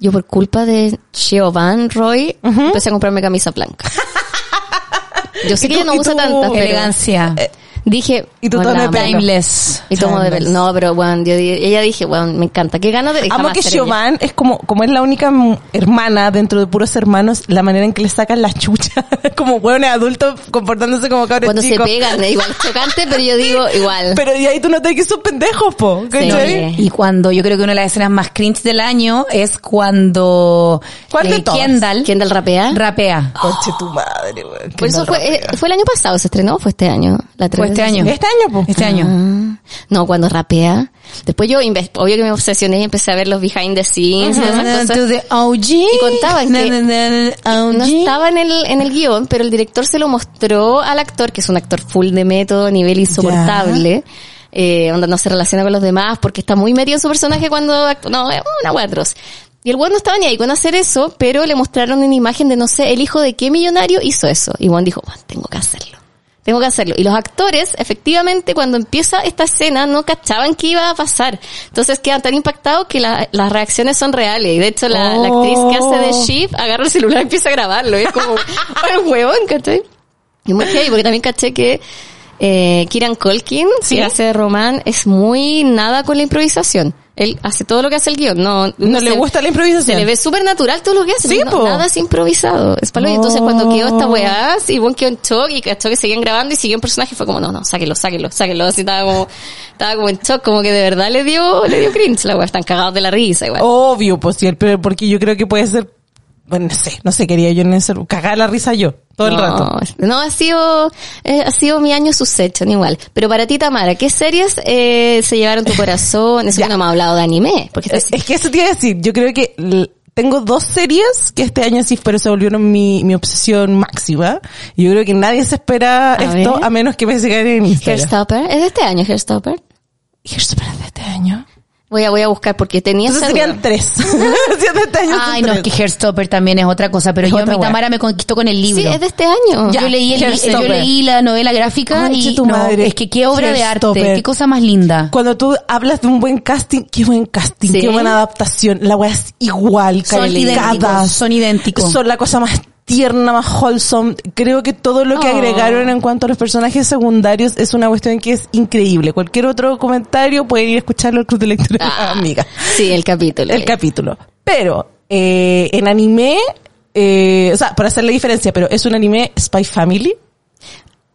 Yo por culpa de Giovanni Roy [LAUGHS] empecé a comprarme camisa blanca. Yo sé que ella no y usa tú? tantas, pero... Oh, elegancia. dije, Y tu tono "Hola, de pelo". amo". Timeless. Y tomo de pelo. Timeless. No, pero bueno, yo, di- ella dije, bueno, me encanta. Qué ganas de Amo jamás que seré yo. Siobhan es como, como es la única m- hermana dentro de puros hermanos, la manera en que le sacan la chucha, [LAUGHS] como hueones adultos comportándose como cabros Cuando chicos. se pegan, es igual chocante, pero yo [LAUGHS] digo, igual. Pero y ahí tú notas que son pendejos, po. ¿cachai? Sí. Y cuando, yo creo que una de las escenas más cringe del año es cuando eh, ¿Cuál Eh, de todas? Kendall ¿Quién ¿Ah? del rapea? rapea. Conche tu madre, weón. Por eso fue, eh, fue el año pasado, se estrenó, o fue este año. La Fue este año. Este año, po. Este año. Ah, no, cuando rapea. Después yo, inves- obvio que me obsesioné y empecé a ver los behind the scenes y esas cosas. Ah, To the OG. Y contaban que- Na, na, na, na, No OG. estaba en el, en el guión, pero el director se lo mostró al actor, que es un actor full de método, nivel insoportable. Eh, onda no se relaciona con los demás porque está muy metido en su personaje cuando actúa. No, es una wea atroz. Y el weón no estaba ni ahí con hacer eso, pero le mostraron una imagen de no sé, el hijo de qué millonario hizo eso. Y Juan dijo, "Bueno, tengo que hacerlo. Tengo que hacerlo. Y los actores, efectivamente, cuando empieza esta escena, no cachaban qué iba a pasar. Entonces quedan tan impactados que la- las reacciones son reales. Y de hecho, la, la actriz que hace de Oh. Shiv agarra el celular y empieza a grabarlo. Y es [LAUGHS] como, ¡ay, huevón, ¿cachai? Y muy heavy, porque también caché que eh, Kieran Colkin, que hace de Román, es muy nada con la improvisación. Él hace todo lo que hace el guión. No, No le se- gusta la improvisación. se le ve súper natural todo lo que hace. Sí, no- po. Oh. nada es improvisado. Es palo. Y entonces cuando quedó esta weá, y bueno quedó en shock y cachó que seguían grabando y siguió un personaje fue como, no, no, sáquelo, sáquelo, sáquelo. Así estaba como, estaba como en shock, como que de verdad le dio, le dio cringe la weá. Están cagados de la risa igual. Obvio, pues sí, pero porque yo creo que puede ser, bueno, no sé, no sé, quería yo en ese, cagar la risa yo, todo el no, rato. No, ha sido, eh, ha sido mi año Succession igual. Pero para ti, Tamara, ¿qué series eh, se llevaron tu [LAUGHS] corazón? Eso que no me ha hablado de anime. Porque Es, estás- es que eso te iba a decir, yo creo que l- tengo dos series que este año sí, pero se volvieron mi, mi obsesión máxima. Y Yo creo que nadie se espera A esto ver. a menos que me sigan en Instagram. Hairstopper, es de este año Hairstopper. Hairstopper de este año. Voy a, voy a buscar porque tenía Entonces esa serían duda. tres. [LAUGHS] Si es de este año son Ay, no, es tres. que Hairstopper también es otra cosa, pero Es yo otra mi wea. Tamara me conquistó con el libro. Sí, es de este año. yo, leí el, li- yo Hairstopper. leí la novela gráfica Conche y tu no, madre. es que qué obra de arte, Hairstopper. qué cosa más linda. Cuando tú hablas de un buen casting, qué buen casting, Sí. qué buena adaptación. La weá es igual, Son calcada. idénticos, son idénticos. Son la cosa más tierna, más wholesome. Creo que todo lo que Oh. agregaron en cuanto a los personajes secundarios es una cuestión que es increíble. Cualquier otro comentario pueden ir a escucharlo al Club de Lectura Ah, [LAUGHS] [LAUGHS] Amiga. Sí, el capítulo. El capítulo. Pero, eh, en anime, eh, o sea, para hacer la diferencia, pero es un anime Spy Family.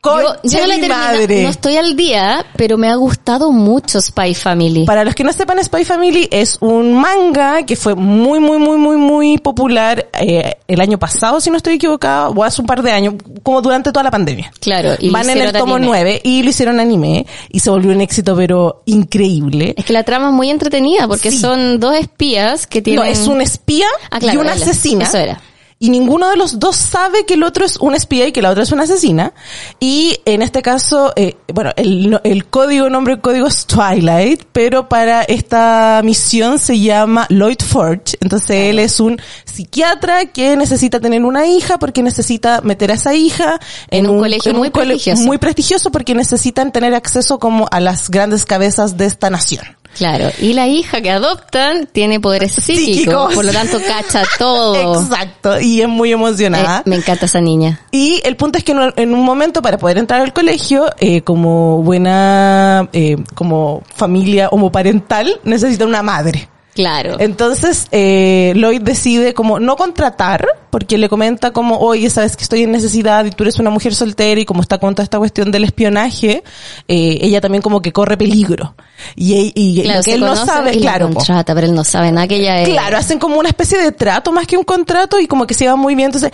Yo, yo Concha no la he mi terminado, madre. no estoy al día, pero me ha gustado mucho Spy Family. Para los que no sepan, Spy Family es un manga que fue muy, muy, muy, muy, muy popular eh, el año pasado, si no estoy equivocada, o hace un par de años, como durante toda la pandemia. Claro, y lo Van en el hicieron tomo anime. 9 y lo hicieron anime y se volvió un éxito, pero increíble. Es que la trama es muy entretenida porque Sí. son dos espías que tienen... No, es un espía Ah, claro, y una dale. asesina. Eso era. Y ninguno de los dos sabe que el otro es un espía y que la otra es una asesina. Y en este caso, eh, bueno, el, no- el código, nombre del código es Twilight, pero para esta misión se llama Lloyd Forge. Entonces él es un psiquiatra que necesita tener una hija porque necesita meter a esa hija En un colegio muy prestigioso. muy prestigioso porque necesitan tener acceso como a las grandes cabezas de esta nación. Claro, y la hija que adoptan tiene poderes psíquicos, Psíquicos. por lo tanto cacha todo. [LAUGHS] Exacto. Y es muy emocionada. Oh. Eh, me encanta esa niña. Y el punto es que en un, en un momento para poder entrar al colegio, eh, como buena, eh, como familia homoparental, necesita una madre. Claro. Entonces, eh, Lloyd decide como no contratar, porque le comenta como, oye, sabes que estoy en necesidad y tú eres una mujer soltera y como está con toda esta cuestión del espionaje, eh, ella también como que corre peligro. Y, y, y claro, lo que se él no conocen sabe, y la claro. po. contrata, pero él no sabe nada que ella es. Claro, hacen como una especie de trato más que un contrato y como que se va muy bien. Entonces,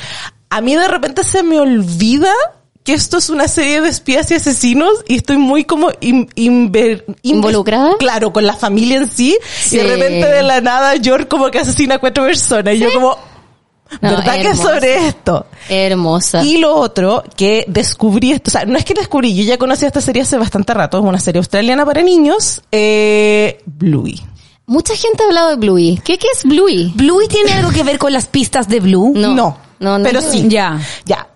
a mí de repente se me olvida que esto es una serie de espías y asesinos y estoy muy como in- inver- inves- ¿Involucrada? Claro, con la familia en sí. Sí. Y de repente de la nada George como que asesina a cuatro personas y yo como, No, ¿verdad que es hermoso. sobre esto? Hermosa. Y lo otro que descubrí esto, o sea, no es que descubrí, yo ya conocía esta serie hace bastante rato, es una serie australiana para niños, eh, Bluey. Mucha gente ha hablado de Bluey. ¿Qué, qué es Bluey? Bluey tiene algo que ver con las pistas de Blue. No. No. No, no. Pero sí. Ya. Ya.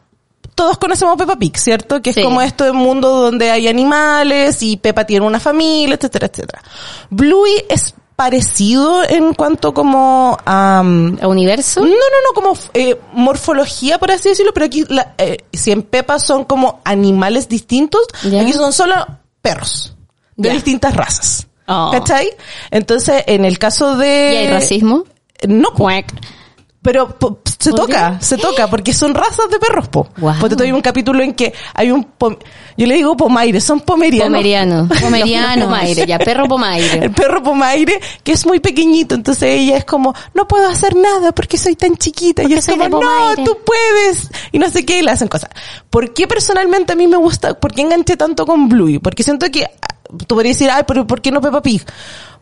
Todos conocemos a Peppa Pig, ¿cierto? Que Sí. es como este esto de mundo donde hay animales y Peppa tiene una familia, etcétera, etcétera. Bluey es parecido en cuanto como a... ¿A universo? No, no, no, como eh, morfología, por así decirlo, pero aquí, la, eh, si en Pepa son como animales distintos, Ya. aquí son solo perros de Ya. distintas razas. Oh. ¿Cachai? Entonces, en el caso de... ¿Y hay racismo? No, po, Cuac. pero po, se ¿Podría? toca, se toca, porque son razas de perros, po. Guau. Porque todavía hay un capítulo en que hay un... pom- yo le digo pomaire, son pomerianos. [LAUGHS] Pomeriano. Pomeriano. Pomerianos. Pomaire, ya, perro El pomaire. perro pomaire, que es muy pequeñito, entonces ella es como, no puedo hacer nada porque soy tan chiquita. Porque y es soy como, de no, Pomaire". tú puedes. Y no sé qué, y le hacen cosas. ¿Por qué personalmente a mí me gusta, por qué enganché tanto con Bluey? Porque siento que, ah, tú podrías decir, ay, pero ¿por qué no Peppa Pig?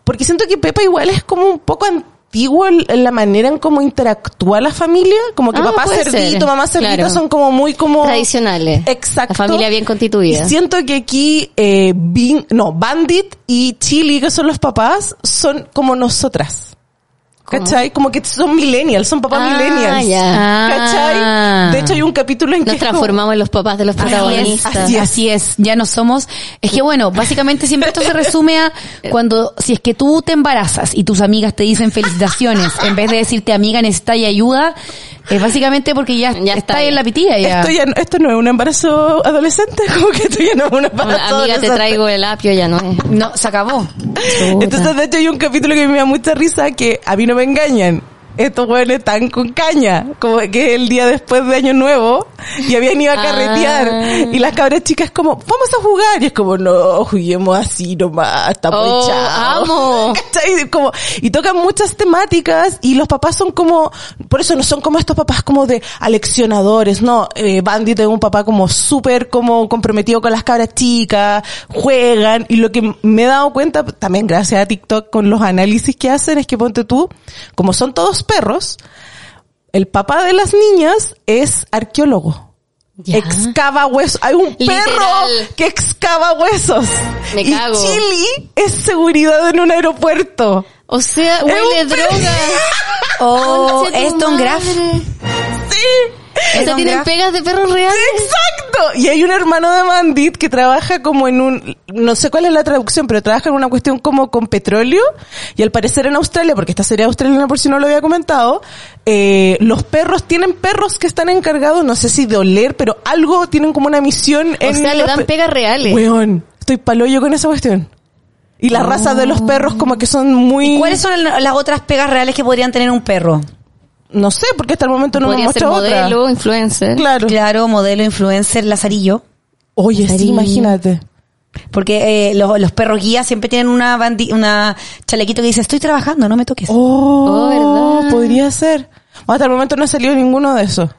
Porque siento que Peppa igual es como un poco antiguo el- en la manera en cómo interactúa la familia. Como que Ah, papá puede ser, cerdito, mamá cerdito claro. son como muy como... Tradicionales. Exacto. La familia bien constituida. Y siento que aquí, eh, Bing- no, Bandit y Chili, que son los papás, son como nosotras. ¿Cómo? ¿Cachai? Como que son millennials, son papás Ah, millennials. ya. Ah. ¿Cachai? De hecho hay un capítulo en que... [LAUGHS] Nos es como- transformamos en los papás de los protagonistas. Así es, así es, ya no somos. Es que bueno, básicamente siempre esto se resume [LAUGHS] a cuando, si es que tú te embarazas y tus amigas te dicen felicitaciones, en vez de decirte amiga necesita y ayuda, es básicamente porque ya, Ya está está. en la pitilla ya. Esto, ya no, esto no es un embarazo adolescente, [LAUGHS] como que esto ya no es un embarazo Una Amiga, te adolescente. traigo el apio, ya no es. No, se acabó. Entonces, de hecho, hay un capítulo que me da mucha risa que a mí no me engañan. Estos hueones están con caña, como que es el día después de Año Nuevo y habían ido a Ah. carretear. Y las cabras chicas como, vamos a jugar. Y es como, no, juguemos así nomás, estamos Oh, echados". [LAUGHS] amo. ¿Cachai? Como, y tocan muchas temáticas y los papás son como, por eso no son como estos papás como de aleccionadores, no, eh, Bandit es un papá como súper como comprometido con las cabras chicas, juegan y lo que me he dado cuenta también gracias a TikTok con los análisis que hacen es que ponte tú, como son todos perros, el papá de las niñas es arqueólogo. Ya. Excava huesos. Hay un Literal. perro que excava huesos. Me y cago. Chili es seguridad en un aeropuerto. O sea, Es huele un Oh, O droga. [LAUGHS] pre- Conche tu Eston Graff. madre. Sí. O sea, Eston tienen Graff. pegas de perros reales. Exacto. Y hay un hermano de Bandit que trabaja como en un, no sé cuál es la traducción, pero trabaja en una cuestión como con petróleo. Y al parecer en Australia, porque esta serie australiana por si no lo había comentado, eh, los perros tienen perros que están encargados, no sé si de oler, pero algo tienen como una misión O en sea, le los dan pe- pegas reales. Weón, estoy paloyo con esa cuestión. Y las razas de los perros como que son muy... ¿Y cuáles son el- las otras pegas reales que podrían tener un perro? No sé, porque hasta el momento no me Podría ser muestra otra. modelo, influencer. Claro. Claro, modelo, influencer, lazarillo. Oye, sí, Cariño. imagínate. Porque eh, los, los perros guías siempre tienen una bandi- una chalequito que dice, estoy trabajando, no me toques. Oh, Oh, ¿verdad? podría ser. Bueno, Hasta el momento no ha salido ninguno de esos.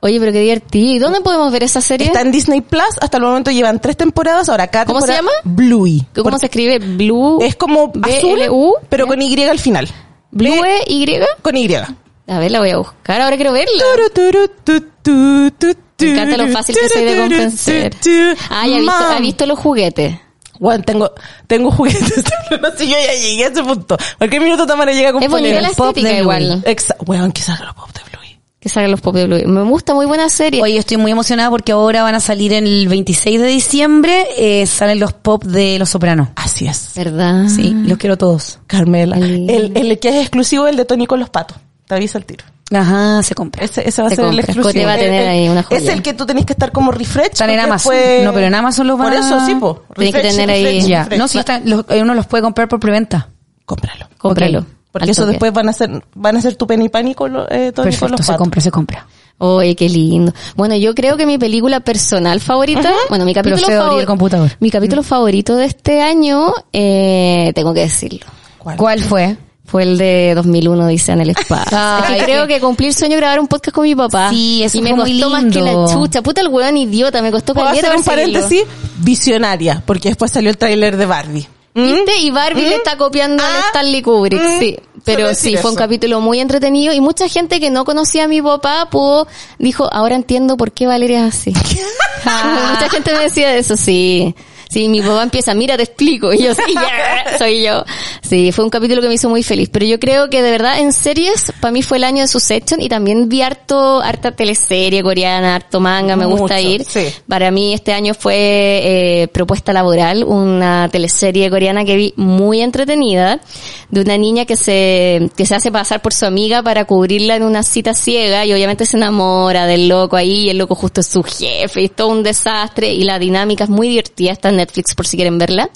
Oye, pero qué divertido. ¿Y dónde podemos ver esa serie? Está en Disney Plus, hasta el momento llevan tres temporadas, ahora cada ¿Cómo se temporada- llama? Bluey. ¿Cómo Porque se escribe? Blue. Es como azul, B-L-U, pero con Y al final. Blue B- E, Y. Con Y. A ver, la voy a buscar. Ahora quiero verla. Turu, turu, tu, tu, tu, Me encanta lo turu, fácil que turu, soy de turu, convencer. tu, tu. Ah, ya he visto, Mam. ha visto los juguetes. Bueno, tengo, tengo [LAUGHS] juguetes. no sé, yo ya llegué a ese punto. Cualquier minuto Tamara llega con Es bonita poleras. la pop estética de igual. Exa- Weón, quizás lo pop de Bluey. Que salgan los pop de Blue. Me gusta, muy buena serie. Oye, estoy muy emocionada porque ahora van a salir el 26 de diciembre, eh, salen los pop de Los Sopranos. Así es. ¿Verdad? Sí, Ah. los quiero todos. Carmela. Ay. El, el que es exclusivo es el de Tony con los patos. Te avisa el tiro. Ajá, se compra. Ese, ese va a Te ser el compras, exclusivo. Cote va a tener El- el- ahí una joya. Es el que tú tenés que estar como refresh. Están en porque Amazon. No, pero en Amazon los Por van a- eso, sí, po. Tenés que Refresh, tener ahí- refresh, Ya, refresh. no, si están, los- eh, uno los puede comprar por preventa. Cómpralo. Cómpralo. Ok. Porque Al eso toque. después van a ser, van a ser tu penny pánico, eh, Tony con los Perfecto, se patos. compra, se compra. Oye, qué lindo. Bueno, yo creo que mi película personal favorita, bueno, mi capítulo Procedo a abrir el computador. Mi capítulo favorito de este año, eh, tengo que decirlo. ¿Cuál? ¿Cuál fue? Fue el de 2001, dice en el espacio. [LAUGHS] Ay, Es que sí. creo que cumplí el sueño de grabar un podcast con mi papá. Sí, eso Y me fue costó muy más que la lindo. chucha. Puta el weón idiota, me costó Puedo caleta hacer un perseguirlo. paréntesis. Visionaria. Porque después salió el tráiler de Barbie. ¿Viste? Y Barbie le está copiando a ¿Mm? Ah. Stanley Kubrick, Mm. sí. Solo Pero decir sí, fue un eso. capítulo muy entretenido y mucha gente que no conocía a mi papá pudo, [LAUGHS] Ah, dijo, ahora entiendo por qué Valeria es así. mucha gente me decía eso, sí. Sí, mi papá empieza, mira, te explico. Y yo, sí, ya, [LAUGHS] soy yo. Sí, fue un capítulo que me hizo muy feliz. Pero yo creo que de verdad en series, para mí fue el año de Succession y también vi harto, harta teleserie coreana, harto manga, me gusta Mucho, ir. sí. Para mí este año fue eh, Propuesta Laboral, una teleserie coreana que vi muy entretenida, de una niña que se, que se hace pasar por su amiga para cubrirla en una cita ciega y obviamente se enamora del loco ahí y el loco justo es su jefe y es todo un desastre y la dinámica es muy divertida, está en Netflix por si quieren verla.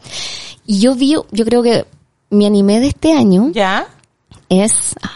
Y yo vi, yo creo que mi anime de este año ¿Ya? es ah,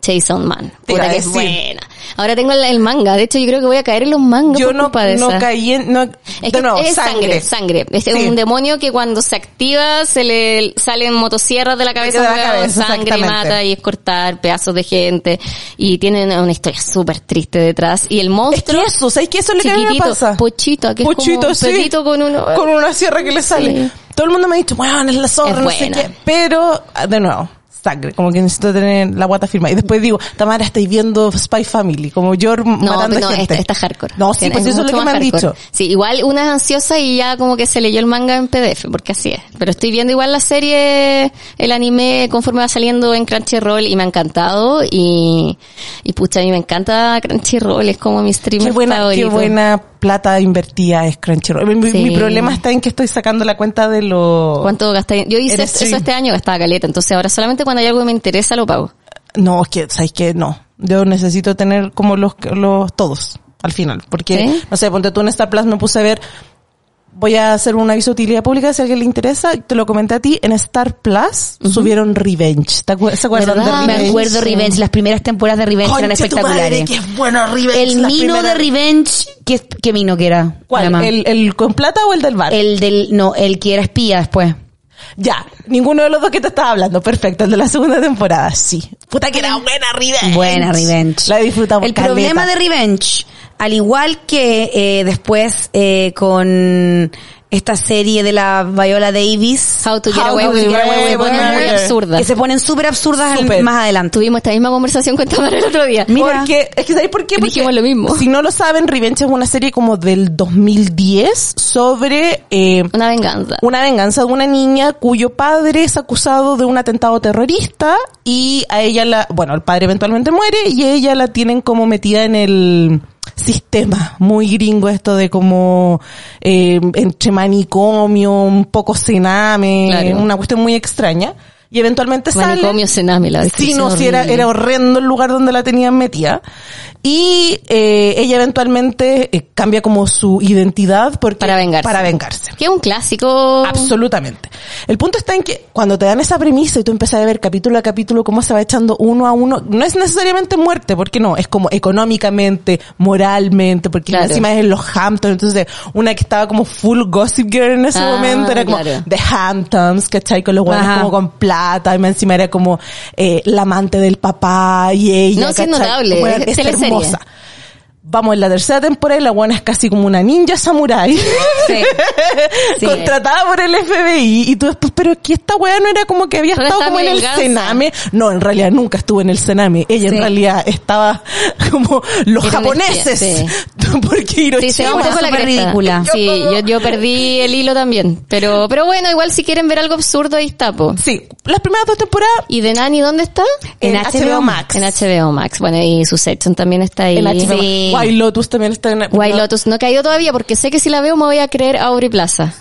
Chase on Man. Te iba Puta a que es decir. buena. Ahora tengo el, el manga. De hecho, yo creo que voy a caer en los mangas. Yo por no, culpa de no esa. caí en... No, Es de que nuevo, es sangre, sangre. Este Es Sí. un demonio que cuando se activa se le salen motosierras de la cabeza, de la hueón, cabeza, sangre y exactamente. mata y es cortar pedazos de gente. Y tienen una historia súper triste detrás. Y el Es que monstruo eso, ¿sabes qué? Eso es lo que a mí me chiquitito, pasa. pochito, que Pochito, es como un sí. pelito con uno. Con una sierra que le sale. Sí. Todo el mundo me ha dicho, bueno, es la zorra, Es no sé buena. qué. Pero, ah, de nuevo, sangre. Como que necesito tener la guata firme. Y después digo, Tamara, estáis viendo Spy Family. Como yo matando pero no, gente. esta, esta es hardcore. No, sí, Tiene- pues eso es lo mucho que me más han hardcore. dicho. Sí, igual una es ansiosa y ya como que se leyó el manga en PDF, porque así es. Pero estoy viendo igual la serie, el anime, conforme va saliendo en Crunchyroll y me ha encantado y, y pucha, a mí me encanta Crunchyroll, es como mi streamer Qué buena, qué favorito. buena plata invertida es Crunchyroll. Eh, Mi- Mi, Sí. mi problema está en que estoy sacando la cuenta de lo... ¿Cuánto gasté? Yo hice Eres eso stream. este año, gastaba caleta, entonces ahora solamente cuando hay algo que me interesa lo pago. No, es que, ¿sabes qué? No. Yo necesito tener como los, los todos al final. Porque, ¿Sí? no sé, ponte tú en Star Plus me puse a ver, voy a hacer un aviso de utilidad pública si a alguien le interesa, te lo comenté a ti, en Star Plus subieron Revenge. ¿Te acuer- ¿Se acuerdan de ¿Verdad? Revenge? Me acuerdo Revenge, las primeras temporadas de Revenge Concha eran tu madre, espectaculares. qué bueno Revenge. El las Mino de primeras- Revenge, ¿qué, qué Mino que era? ¿Cuál? Nada más. ¿El, ¿El con plata o el del bar? El del, no, el que era espía después. Ya, ninguno de los dos que te estaba hablando. Perfecto, el de la segunda temporada, sí. Puta que era buena Revenge. Buena Revenge. La disfrutamos. El problema de Revenge, al igual que eh, después eh, con esta serie de la Viola Davis, How to get How away to with get murder, away with bueno, es muy murder. absurda. que se ponen súper absurdas al- Súper. más adelante. Tuvimos esta misma conversación con Tamara el otro día. Mira. Porque, es que ¿sabéis por qué? Porque, Dijimos lo mismo. Si no lo saben, Revenge es una serie como del 2010 sobre eh, Una venganza. una venganza de una niña cuyo padre es acusado de un atentado terrorista y a ella la, bueno, el padre eventualmente muere y a ella la tienen como metida en el sistema muy gringo esto de como eh, entre manicomio, un poco cename, Claro. una cuestión muy extraña y eventualmente sale Manicomio Sename, la Sí, descripción no, sí, era, horrible. era horrendo el lugar donde la tenían metida. Y eh, ella eventualmente eh, cambia como su identidad porque, Para vengarse. Para vengarse. Que es un clásico. Absolutamente. El punto está en que cuando te dan esa premisa y tú empiezas a ver capítulo a capítulo cómo se va echando uno a uno, no es necesariamente muerte, porque no, es como económicamente, moralmente, porque Claro. encima es en los Hamptons, entonces una que estaba como full gossip girl en ese Ah, momento era como claro. The Hamptons, ¿cachai? Con los buenos Ajá. como con plata, y más encima era como eh, la amante del papá y ella. No, sí, es ¿cachai? notable, Bueno, es es teleserie. hermosa. Vamos en la tercera temporada y la buena es casi como una [LAUGHS] ninja samurai. Sí. Sí. contratada por el FBI y tú después, pero que esta weá no era como que había Pero estado esta como en el venganza. Sename. No, en realidad nunca estuvo en el Sename. Ella Sí. en realidad estaba como los Era una japoneses. espía, [LAUGHS] Porque Sí, Hiroshima. se va un poco la Súper cresta. ridícula. Sí, yo, yo perdí el hilo también. Pero, pero bueno, igual si quieren ver algo absurdo, ahí está, po. Sí, las primeras dos temporadas ¿Y de Nani dónde está? En HBO Max. En HBO Max. Bueno, y Succession también está ahí. en HBO. Sí. White Lotus también está en White Lotus no he caído todavía porque sé que si la veo me voy a creer a Aubrey Plaza.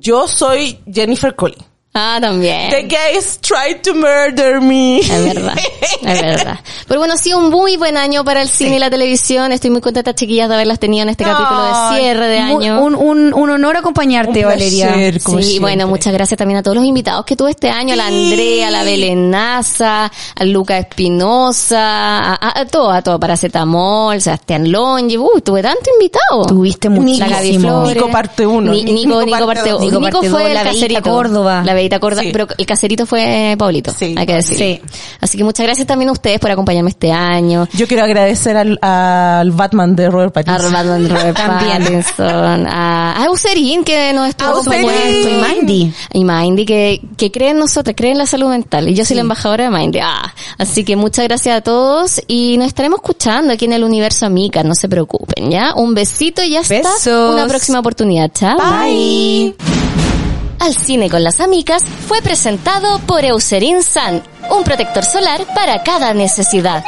Yo soy Jennifer Colley. Ah, también. The guys tried to murder me. Es verdad, es verdad. Pero bueno, ha sido un muy buen año para el cine y la televisión. Estoy muy contenta, chiquillas, de haberlas tenido en este capítulo de Ay, cierre de Un, año. un, un- un honor Un acompañarte, Valeria. placer, como sí, siempre. bueno, muchas gracias también a todos los invitados que tuve este año, a la Sí. Andrea, a la Belenaza, a Luca Espinosa, a, a, a todo, a todo, Paracetamol, Sebastián Longe, uh, tuve tanto invitado. Tuviste La Gaby muchísimo. Flores. Nico parte uno. Ni- Nico, Nico parte uno. Nico Nico parte fue dos, el la Bellita caserito. Córdoba. La Bey, ¿te acuerdas? Sí. Pero el caserito fue Paulito, Sí, hay que decir. Sí. Así que muchas gracias también a ustedes por acompañarme este año. [LAUGHS] Yo quiero agradecer al, al Batman de Robert A Pattinson. Robert [LAUGHS] Robert También. Pattinson, Ah, a, a Eucerin que nos estuvo A Eucerin. acompañando, y Mindy. Y Mindy que, que cree en nosotros, cree en la salud mental. Y yo soy la embajadora de Mindy. Ah, así que muchas gracias a todos y nos estaremos escuchando aquí en el universo Amica, no se preocupen, ¿ya? Un besito y hasta Besos. una próxima oportunidad. Chao. Bye. Al cine con las amicas fue presentado por Eucerin San, un protector solar para cada necesidad.